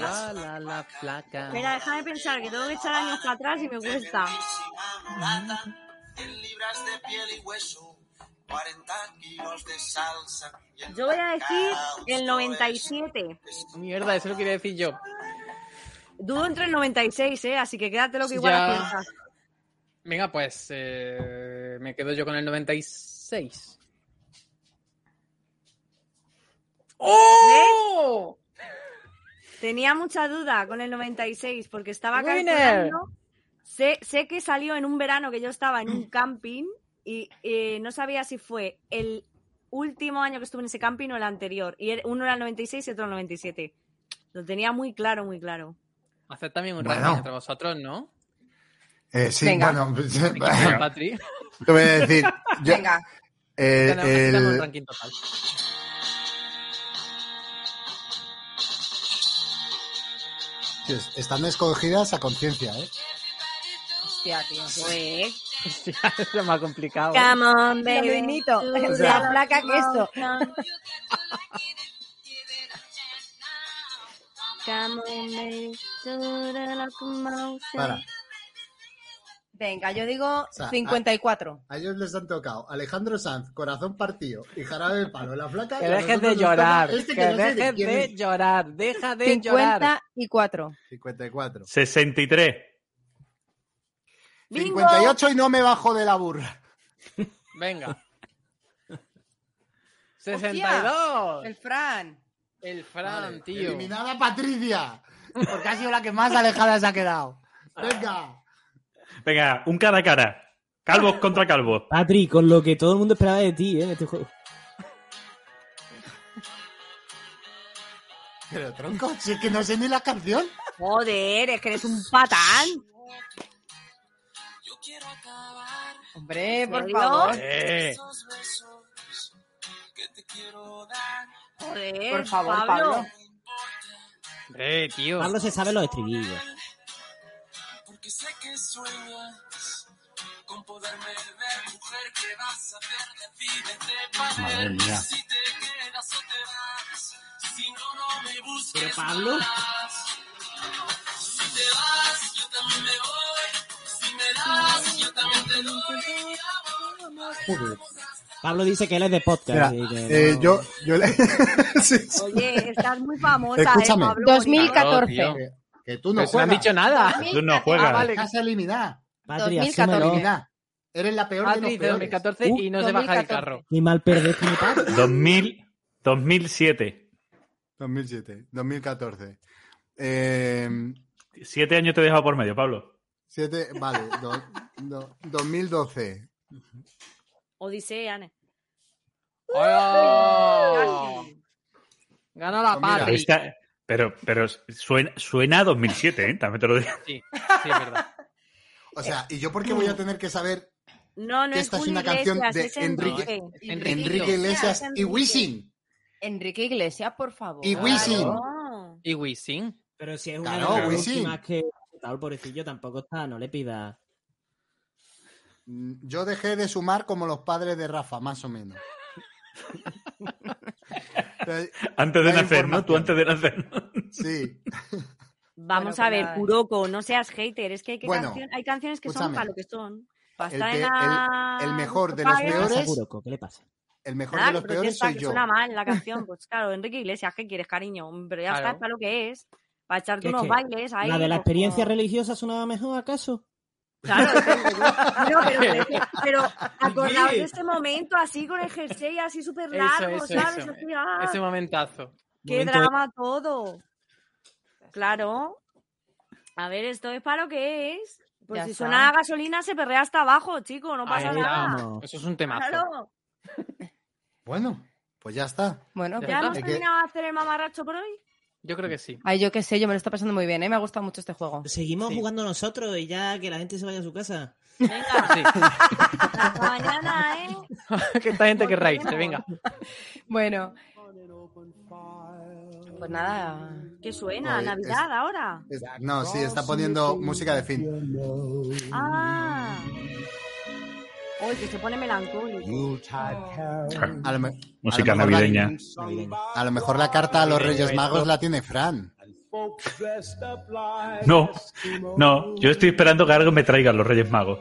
La, la, la flaca.
Espera, déjame pensar, que tengo que echar años para atrás y me cuesta. Yo voy a decir el 97.
Mierda, eso lo quería decir yo.
Dudo entre el 96, ¿eh? Así que quédate lo que igual
Ya.
piensas.
Venga, pues eh, me quedo yo con el 96. ¡Oh!
Tenía mucha duda con el 96 porque estaba
Winner.
calculando. Sé, sé que salió en un verano que yo estaba en un camping y eh, no sabía si fue el último año que estuve en ese camping o el anterior. Y er- uno era el 96 y otro el 97. Lo tenía muy claro, muy claro.
Haced también un
Bueno.
ranking entre vosotros,
[LAUGHS]
¿no?
Eh, sí,
Venga.
bueno, pues, [LAUGHS]
Venga, Patri.
te voy a decir. yo-
Venga,
eh,
Ganamos-
el-
ganamos un ranking total.
Dios, están escogidas a conciencia, ¿eh?
Hostia, tío.
Sí, eso es más complicado.
Pues, Come on,
Lo
baby.
mismito,
Tú
la
ya lo
placa que eso.
[LAUGHS] conoces. Come on, baby. Tú ya lo conoces.
Para.
Venga, yo digo
sea,
ah.
54.
A ellos les han tocado Alejandro Sanz, Corazón Partido y Jarabe de Palo, la
[LAUGHS]
flaca.
Que
y a
dejes de
nosotros nos
llorar.
toca este
que
no sé
dejes
quién
de
es.
llorar. Deja de llorar.
54.
54.
63.
Bingo.
58 y no me bajo de la burra.
[LAUGHS]
Venga. 62.
el Fran.
El Fran,
Vale,
tío.
Eliminada Patricia, porque ha sido la que más alejada se ha quedado. Venga.
Venga, un cara a cara. Calvos contra calvos.
Patri, con lo que todo el mundo esperaba de ti, ¿eh? En este juego.
Pero tronco, si es que no sé ni la canción.
Joder, es que eres un patán.
Hombre, por
¿Serio?
favor.
Eh,
Joder,
Por favor, Pablo.
Hombre, tío.
Pablo se sabe los estribillos.
Madre mía.
Pero Pablo,
Joder.
Pablo dice que él es de podcast.
Mira,
y que
eh,
no-
yo, yo le- [LAUGHS] Sí, sí.
Oye, estás muy famosa,
Escúchame.
eh, Pablo.
2014.
Claro, tío.
Que, que tú no
Pues no han
juegas.
dicho nada.
tú no juegas.
Ah, vale.
Estás eliminada.
Patri,
2014.
asúmelo.
Eliminada. Eres la peor
Patri
de
de
los peores.
2014 y no se baja
2014.
del carro.
Ni mal perdés como Patri.
2000, 2007.
2007, 2014. Eh,
Siete años te he dejado por medio, Pablo.
Siete, vale, do- do- 2012.
Odisea, Ana.
¡Oh! Gana la
Pues mira,
Pero,
Patri. Sí,
esta- pero, pero suena, suena a 2007, ¿eh? También te lo digo. [LAUGHS]
sí, es verdad.
O sea, ¿y yo por qué voy a tener que saber
No, no
Que
es
esta es
Julio
una canción
Iglesias,
de
es Enrique.
Enrique.
Enriquito.
Enrique Iglesias y
Enrique.
Wisin?
Enrique Iglesias, por favor.
Y Wisin.
No.
Y Wisin.
Pero si es una
Claro,
de las
güey, sí.
últimas que tal pobrecillo tampoco está, no le pida.
Yo dejé de sumar como los padres de Rafa, más
[LAUGHS]
o menos. Entonces,
Antes de
Hay
nacer, ¿no?
información.
Tú antes de nacer. ¿no?
Sí,
Vamos
Bueno,
a ver,
pues nada.
Kuroko, no seas hater. Es que hay, que
Bueno,
cancion- hay canciones que son
escúchame.
para lo que son. Para
El
estar
pe-
en la...
el- el mejor de los
Pagas.
¿Qué le pasa,
Peores-
Kuroko? ¿Qué le pasa?
el mejor
Nada,
de los
pero
peores
piensa
soy
que
yo.
Suena mal la canción, pues claro, Enrique Iglesias, ¿qué quieres, cariño? Pero ya está,
Claro.
está lo que es. Para echarte
Que es
unos
que
bailes ahí.
¿La de la
pues,
experiencia
como-
religiosa sonaba mejor acaso?
Claro, es que- no, pero, pero, pero acordaos de ese momento así con el jersey así súper
Eso,
largo,
eso,
¿sabes?
eso.
Así, ah,
Ese momentazo.
¡Qué
Momento
drama todo! Claro. A ver, esto es para lo que es. Pues
Ya
si
está.
suena a gasolina, se perrea hasta abajo, chico, no pasa
Ahí
nada.
vamos.
Eso es un temazo.
Claro.
Bueno, pues ya está.
Bueno,
¿Ya
está.
hemos
Es que-
terminado de hacer el mamarracho por hoy?
Yo creo que sí.
Ay, yo qué sé, yo me lo está pasando muy bien, ¿eh? Me ha gustado mucho este juego.
Seguimos
Sí.
jugando nosotros y ya que la gente se vaya a su casa.
Venga,
Sí. [LAUGHS]
[LAUGHS]
hasta mañana, ¿eh?
que esta gente que reírse, venga.
Bueno. Pues nada.
Que suena,
Oye,
Navidad
es-
ahora.
Es- No, sí, está poniendo música de fin.
Ah. Uy, que se pone melancólico.
A lo, me- a lo
Música
mejor la-
navideña.
a lo mejor la carta a los Reyes
Esto-
Magos la tiene Fran.
Ah, No, no. Yo estoy esperando que algo me traigan los Reyes Magos.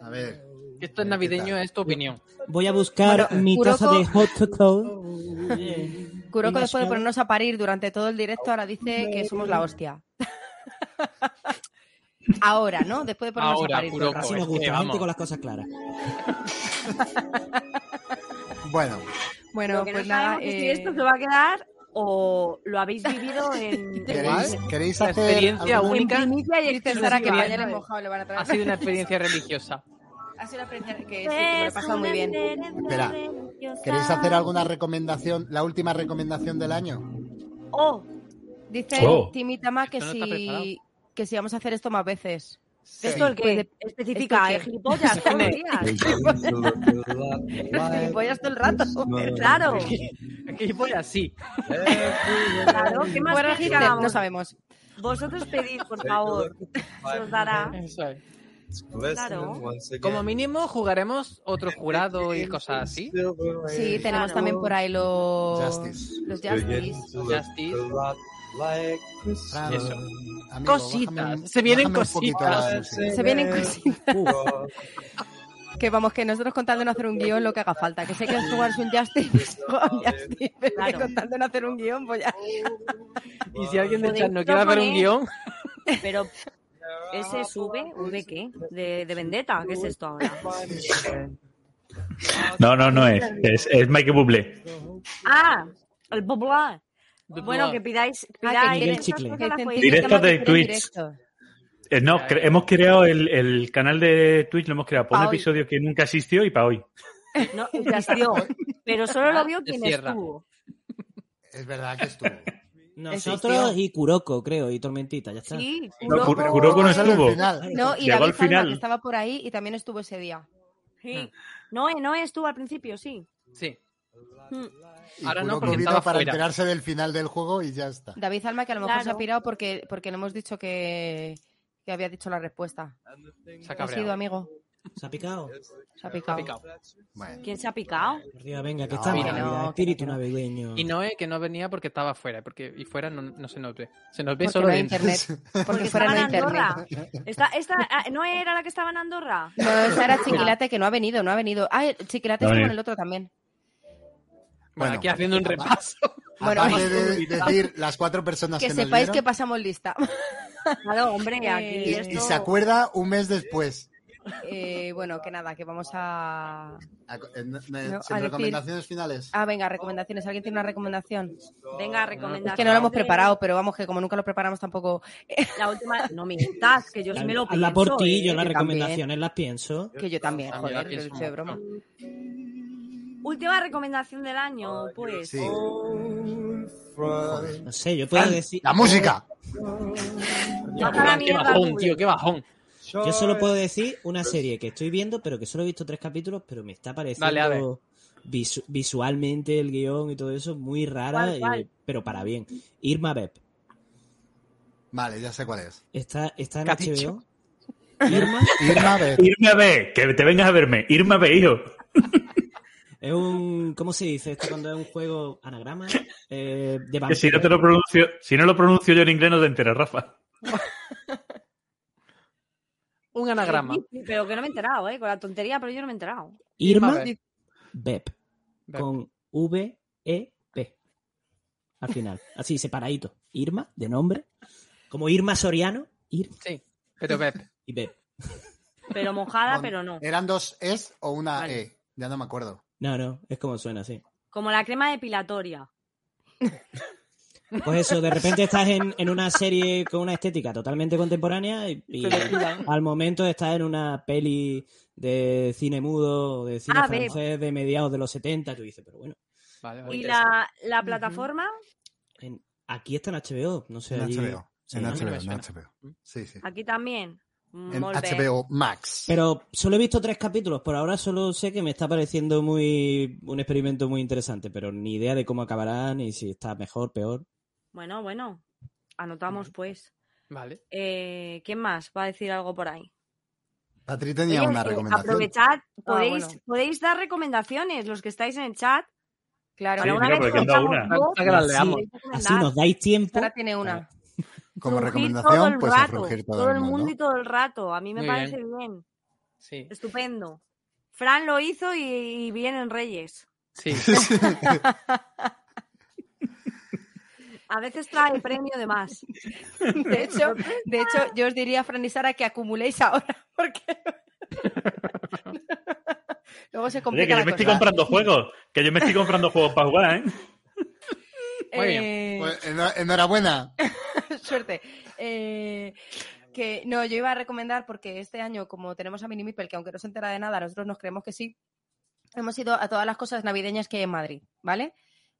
A ver,
Esto es navideño, es tu opinión.
Voy a buscar
Bueno,
mi
Kuroko-
taza de hot
[LAUGHS]
cocoa. Eh,
Kuroko,
Venga,
después de
Sharon.
ponernos a parir durante todo el directo, ahora dice que somos la hostia. [LAUGHS] Ahora, ¿no? Después de ponernos
Ahora,
a parir. todo el
Kuroko,
rato.
Así
es
nos
que
gusta, gente
Pues, eh, vamos.
con las cosas claras.
bueno,
eh.
Bueno,
Lo que
pues
no
nada.
sabemos es si
eh,
esto se va a quedar o
[LAUGHS]
lo habéis vivido en,
¿queréis, queréis
La
hacer
experiencia
alguna-
en
única.
primicia y
Dice Sara que
exclusiva. pues,
mañana en mojado le van a traer.
Ha sido una experiencia religiosa.
Ha sido una experiencia que sí, que me lo he pasado
Pues
muy bien.
Espera, ¿Queréis hacer alguna recomendación? La última recomendación del año.
Oh,
Dice
Oh.
Timitama que
Esto no está
si,
preparado.
que si vamos a hacer esto más veces.
¿de esto el
Pues
que
de- ¿esto el
especifica, eh,
qué? [LAUGHS]
gilipollas, todos los días.
Gilipollas todo el rato.
Claro,
Aquí voy así.
claro, ¿qué más
Bueno,
queréis que
Hitler,
hagamos?
no sabemos.
Vosotros pedid,
[LAUGHS]
por favor, se os dará.
Eso es.
Claro.
Como mínimo jugaremos otro jurado y cosas así.
Sí, tenemos
Pues, Claro.
también por ahí los
Justice.
los Justice.
Justice.
Fran,
Eso.
amigo,
Cositas.
bájame un-
Se vienen
bájame un poquito
cositas.
la música.
Se vienen cositas. [LAUGHS] que vamos, que nosotros contando en hacer un guión lo que haga falta. Que sé que jugarse [LAUGHS] un Justice, juega un Justice, pero que
Claro.
contando en hacer un guión, pues ya.
Y si alguien de
Podéis
chat no quiere hacer un
proponer-
guión,
Pero ese sube, ¿V qué? De, de Vendetta, ¿qué es esto ahora?
No, no, no es. Es, es Mike Bublé.
Ah, el popular.
Popular.
Bueno, que pidáis,
Ah,
pidáis
que
quieren
estas
chicle.
cosas
Que
las
dicen
podéis-
Directo
Timitama que
de
quieren
Twitch.
directo.
Eh, no, cre- hemos creado el, el canal de Twitch, lo hemos creado para
Pa'
un
hoy.
episodio que nunca existió y para hoy.
No, existió, pero solo
Ah,
lo vio
Se
quien
cierra.
estuvo.
Es verdad que estuvo.
[LAUGHS]
Nosotros y Kuroko, creo, y Tormentita,
Ah.
ya está.
Sí,
No,
Kuroko.
Kur- Kuroko no
Solo el
estuvo.
final.
No, y
Llegó
David
al final.
Palma, que estaba por ahí y también estuvo ese día. Ah.
Sí. Noé, Noé estuvo al principio, sí.
sí.
Mm.
Y
Ahora no,
Kuroko
porque
vino
estaba
para
fuera.
enterarse del final del juego y ya está.
David Alma, que a lo mejor
Claro.
se ha pirado porque, porque le hemos dicho que, que había dicho la respuesta.
Se ha
Ha sido,
cabreado.
amigo.
¿Se ha picado?
Se ha picado.
picado.
Bueno,
¿Quién se ha picado?
Por Dios, venga, que
No,
estamos.
que no,
Navidad,
que no,
espíritu
que no.
navideño.
Y Noé, que no venía porque estaba fuera, porque y fuera no, no se nos ve. Se nos ve
Porque
solo
no
de
hay
[LAUGHS]
internet. Porque fuera
estaba
no hay
en
internet.
Andorra. Esta, esta, ah, ¿Noé era la que estaba en Andorra?
No, esa era Chiquilate, que no ha venido, no ha venido. Ah, el Chiquilate
No ha
estuvo en
venido.
el otro también.
Bueno,
Bueno.
aquí haciendo un repaso.
Bueno,
aparte de decir las cuatro personas que,
Que
nos
sepáis que
vieron,
pasamos lista. [LAUGHS]
Claro, hombre, aquí
Eh,
y, y
esto...
se acuerda un mes después.
Eh, bueno, que nada, que vamos a...
A- en- en-
a
sin
decir-
recomendaciones finales.
Ah, venga, recomendaciones. ¿Alguien tiene una recomendación?
Venga, recomendación.
Es que no lo hemos preparado, pero vamos, que como nunca lo preparamos tampoco...
La última... No me estás, que yo sí me lo pienso.
Hazla por ti, yo
¿eh?
las
yo también.
recomendaciones las pienso.
Que yo también,
También
joder,
aquí
lo he
somos-
dicho de broma.
Última recomendación del año, pues.
Sí. Joder.
No sé, yo puedo decir.
La música.
Tío,
Baja la
qué
mierda,
bajón,
Google.
tío, qué bajón.
Yo solo puedo decir una serie que estoy viendo, pero que solo he visto tres capítulos, pero me está pareciendo
Vale, a ver.
visu- visualmente el guión y todo eso muy rara,
¿Cuál, cuál?
eh, pero para bien. Irma Beb.
Vale, ya sé cuál es.
Está, está en
¿Qué
HBO.
has dicho?
Irma
Irma Beth.
Irme a ver, que te vengas a verme. Irme a ver, hijo.
es un. ¿Cómo se dice esto cuando es un juego anagrama? Eh, de
Que si no te lo
vampiro.
pronuncio, si no lo pronuncio yo en inglés no te enteras, Rafa.
Un anagrama.
Pero que no me he enterado, ¿eh? Con la tontería, pero yo no me he enterado.
Irma
Beb.
Beb.
Beb.
Con V-E-P. Al final. Así, separadito. Irma, de nombre. Como Irma Soriano. Irma
Sí, pero Pep.
y Beb.
Pero mojada,
Con-
pero no.
¿Eran dos es o una
Vale.
e? Ya no me acuerdo.
No, no, es como suena, sí.
Como la crema depilatoria.
Pues eso, de repente estás en, en una serie con una estética totalmente contemporánea y, y al momento estás en una peli de cine mudo, de cine
Ah, ve.
francés de mediados de los 70. Tú dices, pero bueno,
Vale, vale.
Y la, la plataforma,
en- aquí está en HBO, no sé.
En
allí-
HBO.
sí,
en
¿no?
HBO,
Me
en
suena.
HBO. Sí, sí.
aquí también. mm,
En
Molt bé.
HBO Max.
Eh,
Pero solo he visto tres capítulos, por ahora solo sé que me está pareciendo muy un experimento muy interesante, pero ni idea de cómo acabará, ni si está mejor, peor.
Bueno, bueno. Anotamos, pues.
Vale.
Eh, ¿Quién más va a decir algo por ahí?
Patri tenía
Oye,
una
eh,
recomendación.
Aprovechad, podéis,
bueno.
podéis dar recomendaciones, los que estáis en el chat.
Claro,
Sí,
Para
ahora
una
mira,
vez
porque
que
anda
contamos
una.
vos,
Para que la
Así-
leamos.
Así nos dais tiempo.
tiene
Ah.
una.
Rugir todo
Como recomendación,
el
pues es
rato,
rugir todo,
el mundo y todo el rato. A mí me
Muy
parece
bien.
bien.
Sí,
Estupendo. Fran lo hizo y, y bien en Reyes.
sí.
A veces trae premio de
[LAUGHS]
más.
[LAUGHS] De hecho, de hecho, yo os diría, Fran y Sara, que acumuléis ahora, [LAUGHS] porque luego se
Oye,
complica
que yo
la
me estoy
cosa.
comprando juegos. Que yo me estoy comprando juegos para jugar, ¿eh?
Muy bien.
Eh,
Pues, eno-
[LAUGHS]
enhorabuena.
[LAUGHS] Suerte. Eh, que no, yo iba a recomendar porque este año, como tenemos a Mini Mipel, que aunque no se entera de nada, nosotros nos creemos que sí, hemos ido a todas las cosas navideñas que hay en Madrid, ¿vale?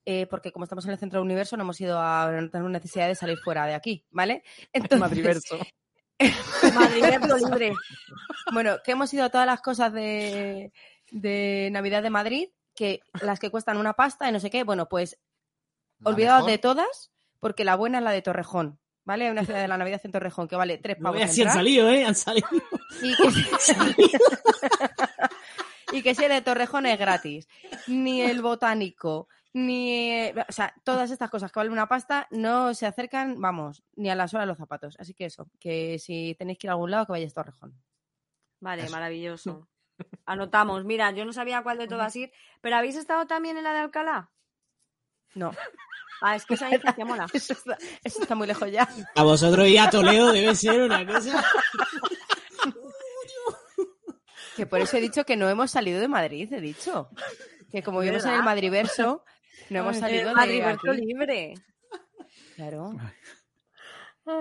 Eh, porque como estamos en el centro del universo, no hemos ido a no tenemos necesidad de salir fuera de aquí, ¿vale? Entonces,
Madriverso.
Madrileño libre.
Bueno, que hemos ido a todas las cosas de, de Navidad de Madrid, que las que cuestan una pasta y no sé qué, bueno, pues
La
olvidaos
mejor.
de todas, porque la buena es la de Torrejón, ¿vale? Hay una ciudad de la Navidad en Torrejón que vale tres
No
pavos.
veas si han
entrar.
salido, ¿eh? Han salido.
Y que,
[LAUGHS]
[LAUGHS] y que si el de Torrejón es gratis, ni el botánico, ni. eh, O sea, todas estas cosas que valen una pasta no se acercan, vamos, ni a la suela de los zapatos. Así que eso, que si tenéis que ir a algún lado, que vayáis a Torrejón.
Vale, maravilloso. Anotamos. Mira, yo no sabía cuál de todas ir, pero ¿habéis estado también en la de Alcalá?
No, [LAUGHS]
Ah, es que esa distancia mola.
eso está, eso está muy lejos ya.
A vosotros ir a Toledo debe ser una cosa.
Que por eso he dicho que no hemos salido de Madrid, he dicho. Que como vivimos en el
¿Verdad?
Madriverso, no hemos salido de
Madriverso
aquí.
libre.
Claro.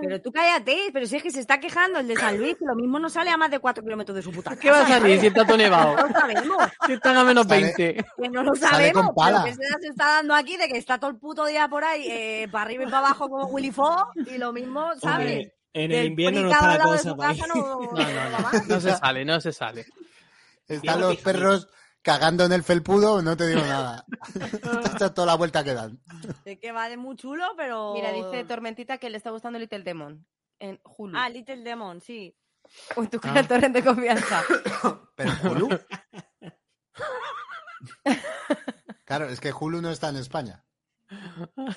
Pero tú cállate, pero si es que se está quejando el de San Luis, que lo mismo no sale a más de 4 kilómetros de su puta casa. ¿eh?
¿Qué va a salir si está todo nevado?
No lo sabemos,
Si están a menos
Sale-
20.
que Pues no lo
Sale
sabemos, pero
con pala.
que se se está dando aquí de que está todo el puto día por ahí, eh, para arriba y para abajo como Willy Fox, y lo mismo, [LAUGHS] ¿sabes?
Hombre, en
Del
el invierno no
punicado
está
al
la
lado de
cosa
su
para
casa
No,
no-
[LAUGHS] ir.
no,
no
no.
va.
No se sale, no se sale.
Están
Bien,
los
bien.
perros cagando en el felpudo, no te digo nada. Esta es toda la vuelta que dan.
Es que va de muy chulo, pero...
Mira, dice Tormentita que le está gustando Little Demon en Hulu.
Ah, Little Demon, sí.
O en tu
Ah.
creador de confianza.
Pero Hulu.
[LAUGHS]
Claro, es que Hulu no está en España.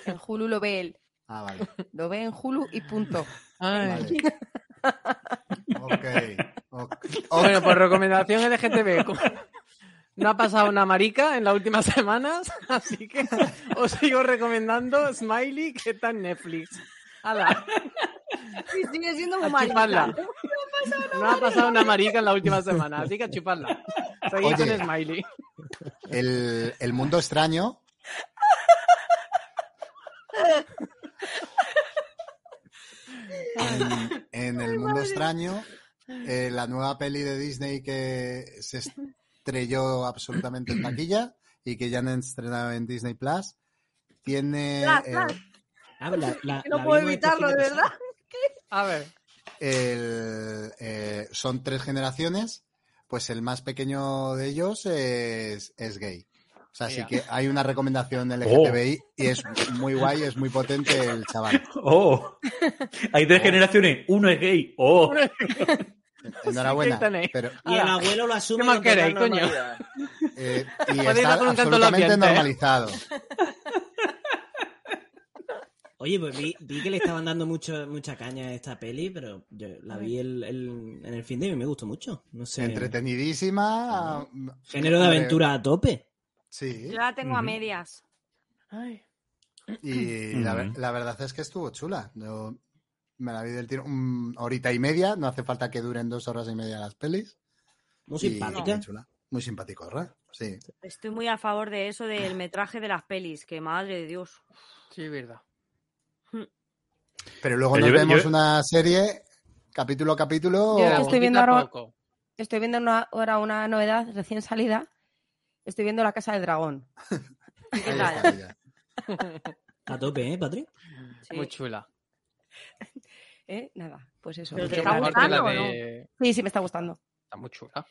En Hulu lo ve él.
Ah, vale.
Lo ve en Hulu y punto.
Ay.
vale.
[LAUGHS]
Ok. ok, ok.
Bueno, por recomendación
[LAUGHS]
LGTB. como No ha pasado una marica en las últimas semanas, [LAUGHS] así que os sigo recomendando Smiley, que está en Netflix. ¡Hala!
Sí, sigue siendo muy
A
marica.
chuparla. No ha pasado una marica en la última semana, así que a chuparla. Seguid
Oye.
con Smiley.
El, el mundo extraño. En, en
[LAUGHS]
el mundo extraño, eh, la nueva peli de Disney que se estrelló absolutamente en taquilla y que ya han estrenado en Disney Plus, tiene
Plus,
eh,
Plus.
Ah, la- la-
No
la
puedo
vimos este
evitarlo,
fin
de verdad.
pasado.
A ver,
el, eh, son tres generaciones, pues el más pequeño de ellos es, es gay. O sea, sí
Mira.
que hay una recomendación LGTBI y es muy guay, es muy potente el
[LAUGHS]
chaval.
¡Oh! Hay tres generaciones. Uno es gay. ¡Oh!
Enhorabuena.
Sí, que tenéis.
Pero,
Y el
Ahora,
abuelo lo asume
¿qué más
con total
queréis, coño?
normalidad.
eh, y
[LAUGHS] Podéis
está
dar con un canto en los
absolutamente
dientes, ¿eh?
normalizado.
Oye, pues vi, vi que le estaban dando mucho, mucha caña a esta peli, pero yo la vi el, el- en el fin de y me gustó mucho. No sé.
Entretenidísima.
Género de
Hombre,
aventura a tope.
Sí.
Yo la tengo a
Ujú.
medias.
Ay.
Y la, ver-
Ujú.
la verdad es que estuvo chula. Yo me la vi del tiro mm, horita y media. No hace falta que duren dos horas y media las pelis.
Muy
Y
simpática.
Muy chula. Muy simpático, ¿verdad? Sí.
Estoy muy a favor de eso del metraje de las pelis, que madre de Dios.
Sí, verdad.
Pero luego
Pero
nos
yo-
vemos
yo-
una serie, capítulo a capítulo.
Yo-
Poquito
estoy viendo
a
ahora-
poco.
Estoy viendo una- ahora una novedad recién salida. Estoy viendo La Casa del Dragón.
¿Y qué
ahí
tal?
está ella.
A tope, ¿eh, Patri?
Sí.
Muy chula.
¿Eh? Nada, pues eso.
Pero te
Que
está
la-
Aparte
gustando,
la
o
de-
Sí, sí, me está gustando.
Está muy chula.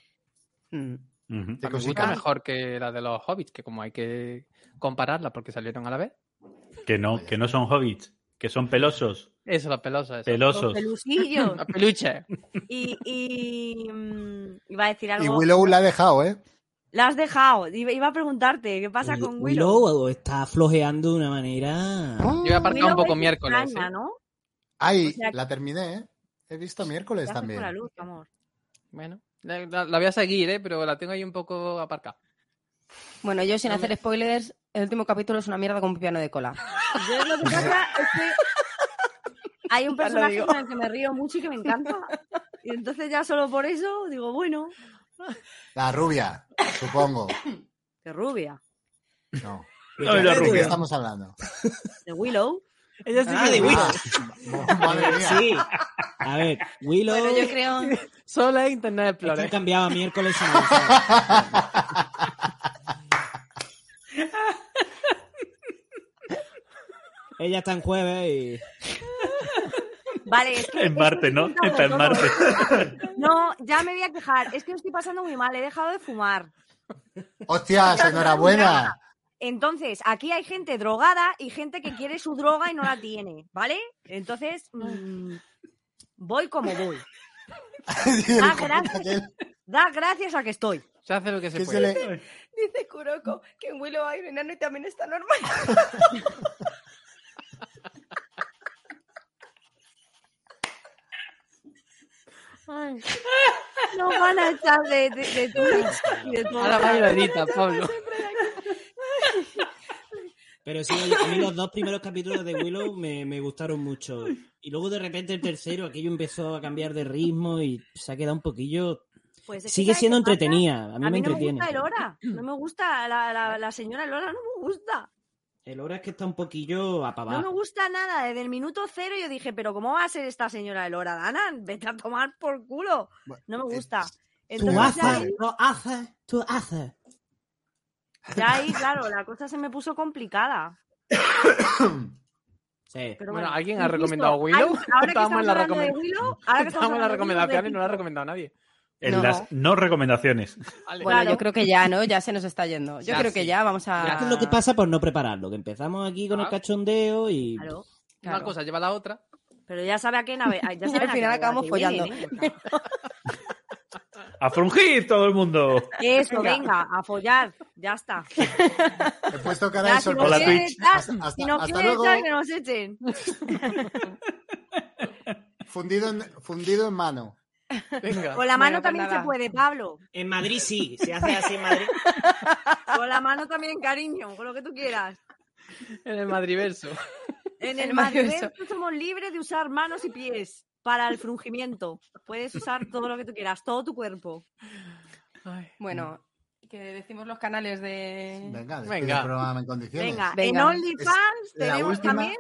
Mm.
Ujú.
Qué
Me gusta
cosita.
mejor que la de los hobbits, que como hay que compararla porque salieron a la vez.
Que no, que no son hobbits, que son pelosos.
Eso, la pelosa. esa.
Pelosos.
Pelusillos.
[LAUGHS] La peluche.
Y, y, mm, iba a decir
Y
algo.
Willow la ha dejado, ¿eh?
La has dejado. Iba iba a preguntarte, ¿qué pasa
Willow-
con Willow?
Willow está flojeando de una manera.
Yo he aparcado un
Willow
poco
es
miércoles.
extraña,
¿eh?
¿no?
Ay,
O sea,
la terminé, ¿eh? He visto miércoles
Ya haces
también.
con la luz, amor.
Bueno, la, la- la voy a seguir, ¿eh? pero la tengo ahí un poco aparcada.
Bueno, yo sin
No me-
hacer spoilers, el último capítulo es una mierda con un piano de cola.
Yo lo que
[LAUGHS]
pasa es que hay un
Ya lo
personaje
digo.
con el que me río mucho y que me encanta. Y entonces ya solo por eso digo, bueno,
La rubia,
[LAUGHS]
supongo.
de rubia,
No.
Ay, la
¿De qué
rubia.
estamos hablando?
de Willow.
Ella
sí que Ah, de Willow.
Ah, [LAUGHS] Madre mía.
ah, Sí. A ver, Willow
Bueno, yo [LAUGHS] creo.
Solo es Internet
es que
Explorer.
cambiaba miércoles y martes. Ella está en jueves y
Vale, es que.
En Marte, ¿no?
Es
Está en Marte.
No, ya me voy a quejar. Es que lo estoy pasando muy mal. He dejado de fumar.
Hostias, enhorabuena.
Entonces, aquí hay gente drogada y gente que quiere su droga y no la tiene, ¿vale? Entonces, mm, voy como
[LAUGHS]
voy.
Y el
Ah,
hijo
gracias.
aquel
Da gracias a que estoy.
Se hace lo que se
que se
puede.
le-
[LAUGHS] Dice Kuroko que en Willow hay un enano y también está normal.
No van a echar de, de,
[LAUGHS]
de Twitch y de todo.
Ahora va y lo edita, Pablo.
Pero sí, oye, a mí los dos primeros capítulos de Willow me, me gustaron mucho. Y luego de repente el tercero, aquello empezó a cambiar de ritmo y se ha quedado un poquillo.
Pues es que
Sigue
¿sabes
siendo
qué pasa?
entretenida. A mí,
A
me
mí no me
entretiene.
gusta el hora. No me gusta la, la, la señora Lora, no me gusta.
El hora es que está un poquillo apavado.
No me gusta nada. Desde el minuto cero yo dije, pero ¿cómo va a ser esta señora Lora, Dana? Vete a tomar por culo. No me gusta.
Tú
Entonces ya
haces,
ahí,
tú haces, tú haces.
ya ahí, claro, la cosa se me puso complicada.
Sí.
Pero
Bueno,
bueno,
¿alguien ha
insisto,
recomendado
hay-
Willow?
Ahora que
Estábamos
estamos
en la
hablando de
recomend-
Willow, ahora
Estamos en
que
las
recomendación
recomendaciones y no la ha recomendado nadie.
En
No.
las no recomendaciones.
Vale.
Bueno,
Claro.
yo creo que ya, ¿no? Ya se nos está yendo. Yo
Ya
creo
sí.
que ya vamos a.
Ya.
Esto es lo que pasa por no prepararlo, que empezamos aquí con el
Ah.
cachondeo y...
Claro,
Una
Claro.
cosa lleva a la otra.
pero ya sabe a qué nave.
[LAUGHS]
Ya
Y
saben
al
a qué
final
nave
acabamos
que vienen,
follando.
¿eh?
¡A frungir todo el mundo!
Eso, venga, a follar, ya está.
He puesto cara
Ya,
de
si nos
Hola,
sorpresa.
quieren
Twitch.
echar,
Hasta- hasta-
si nos
hasta
quieren
luego.
echar, que nos echen.
Fundido en, fundido en mano.
Venga.
Con la mano
pues
también
nada.
se puede, Pablo.
En Madrid
[LAUGHS]
sí, se hace así en Madrid.
Con la mano también, cariño, con lo que tú quieras.
En el Madriverso.
En
El
el
Mario
Madrid somos libres de usar manos y pies para el frungimiento. Puedes usar todo lo que tú quieras, todo tu cuerpo.
Ay.
Bueno, que decimos los canales de.
Venga, despide
Venga.
el programa en condiciones.
Venga, en
Venga.
OnlyFans
Es la
tenemos
última.
también.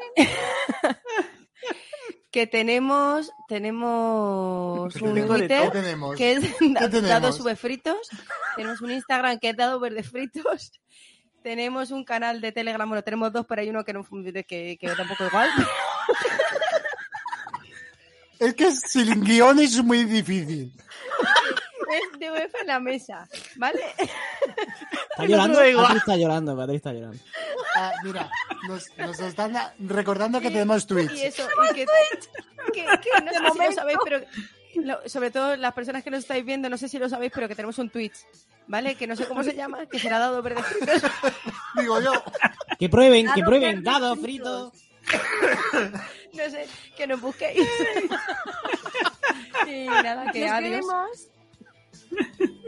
Que tenemos. Tenemos un
Tengo de
¿Qué
Twitter
tenemos?
que es da- [LAUGHS]
tenemos?
Dado Sube Fritos. Tenemos un Instagram que es Dado Verde Fritos. Tenemos un canal de Telegram. Bueno, tenemos dos, pero hay uno que, no, que, que tampoco igual.
Es que sin guión es muy difícil.
[LAUGHS] Es de UEFA en la mesa, ¿vale?
¿Está llorando? Patri está llorando, Patri está llorando.
Ah, mira, nos, nos están recordando que tenemos
Y
tweets.
eso, y que, que- que no sé si lo sabéis, pero lo- sobre todo las personas que nos estáis viendo, no sé si lo sabéis, pero que tenemos un Twitch, ¿vale? Que no sé cómo se llama, que será dado verde [LAUGHS] fritos.
Digo yo.
Que prueben, que
Dados verdes
prueben. Dados
fritos.
fritos.
No sé, que nos busquéis. [LAUGHS] y nada, que
Nos
adiós.
queremos.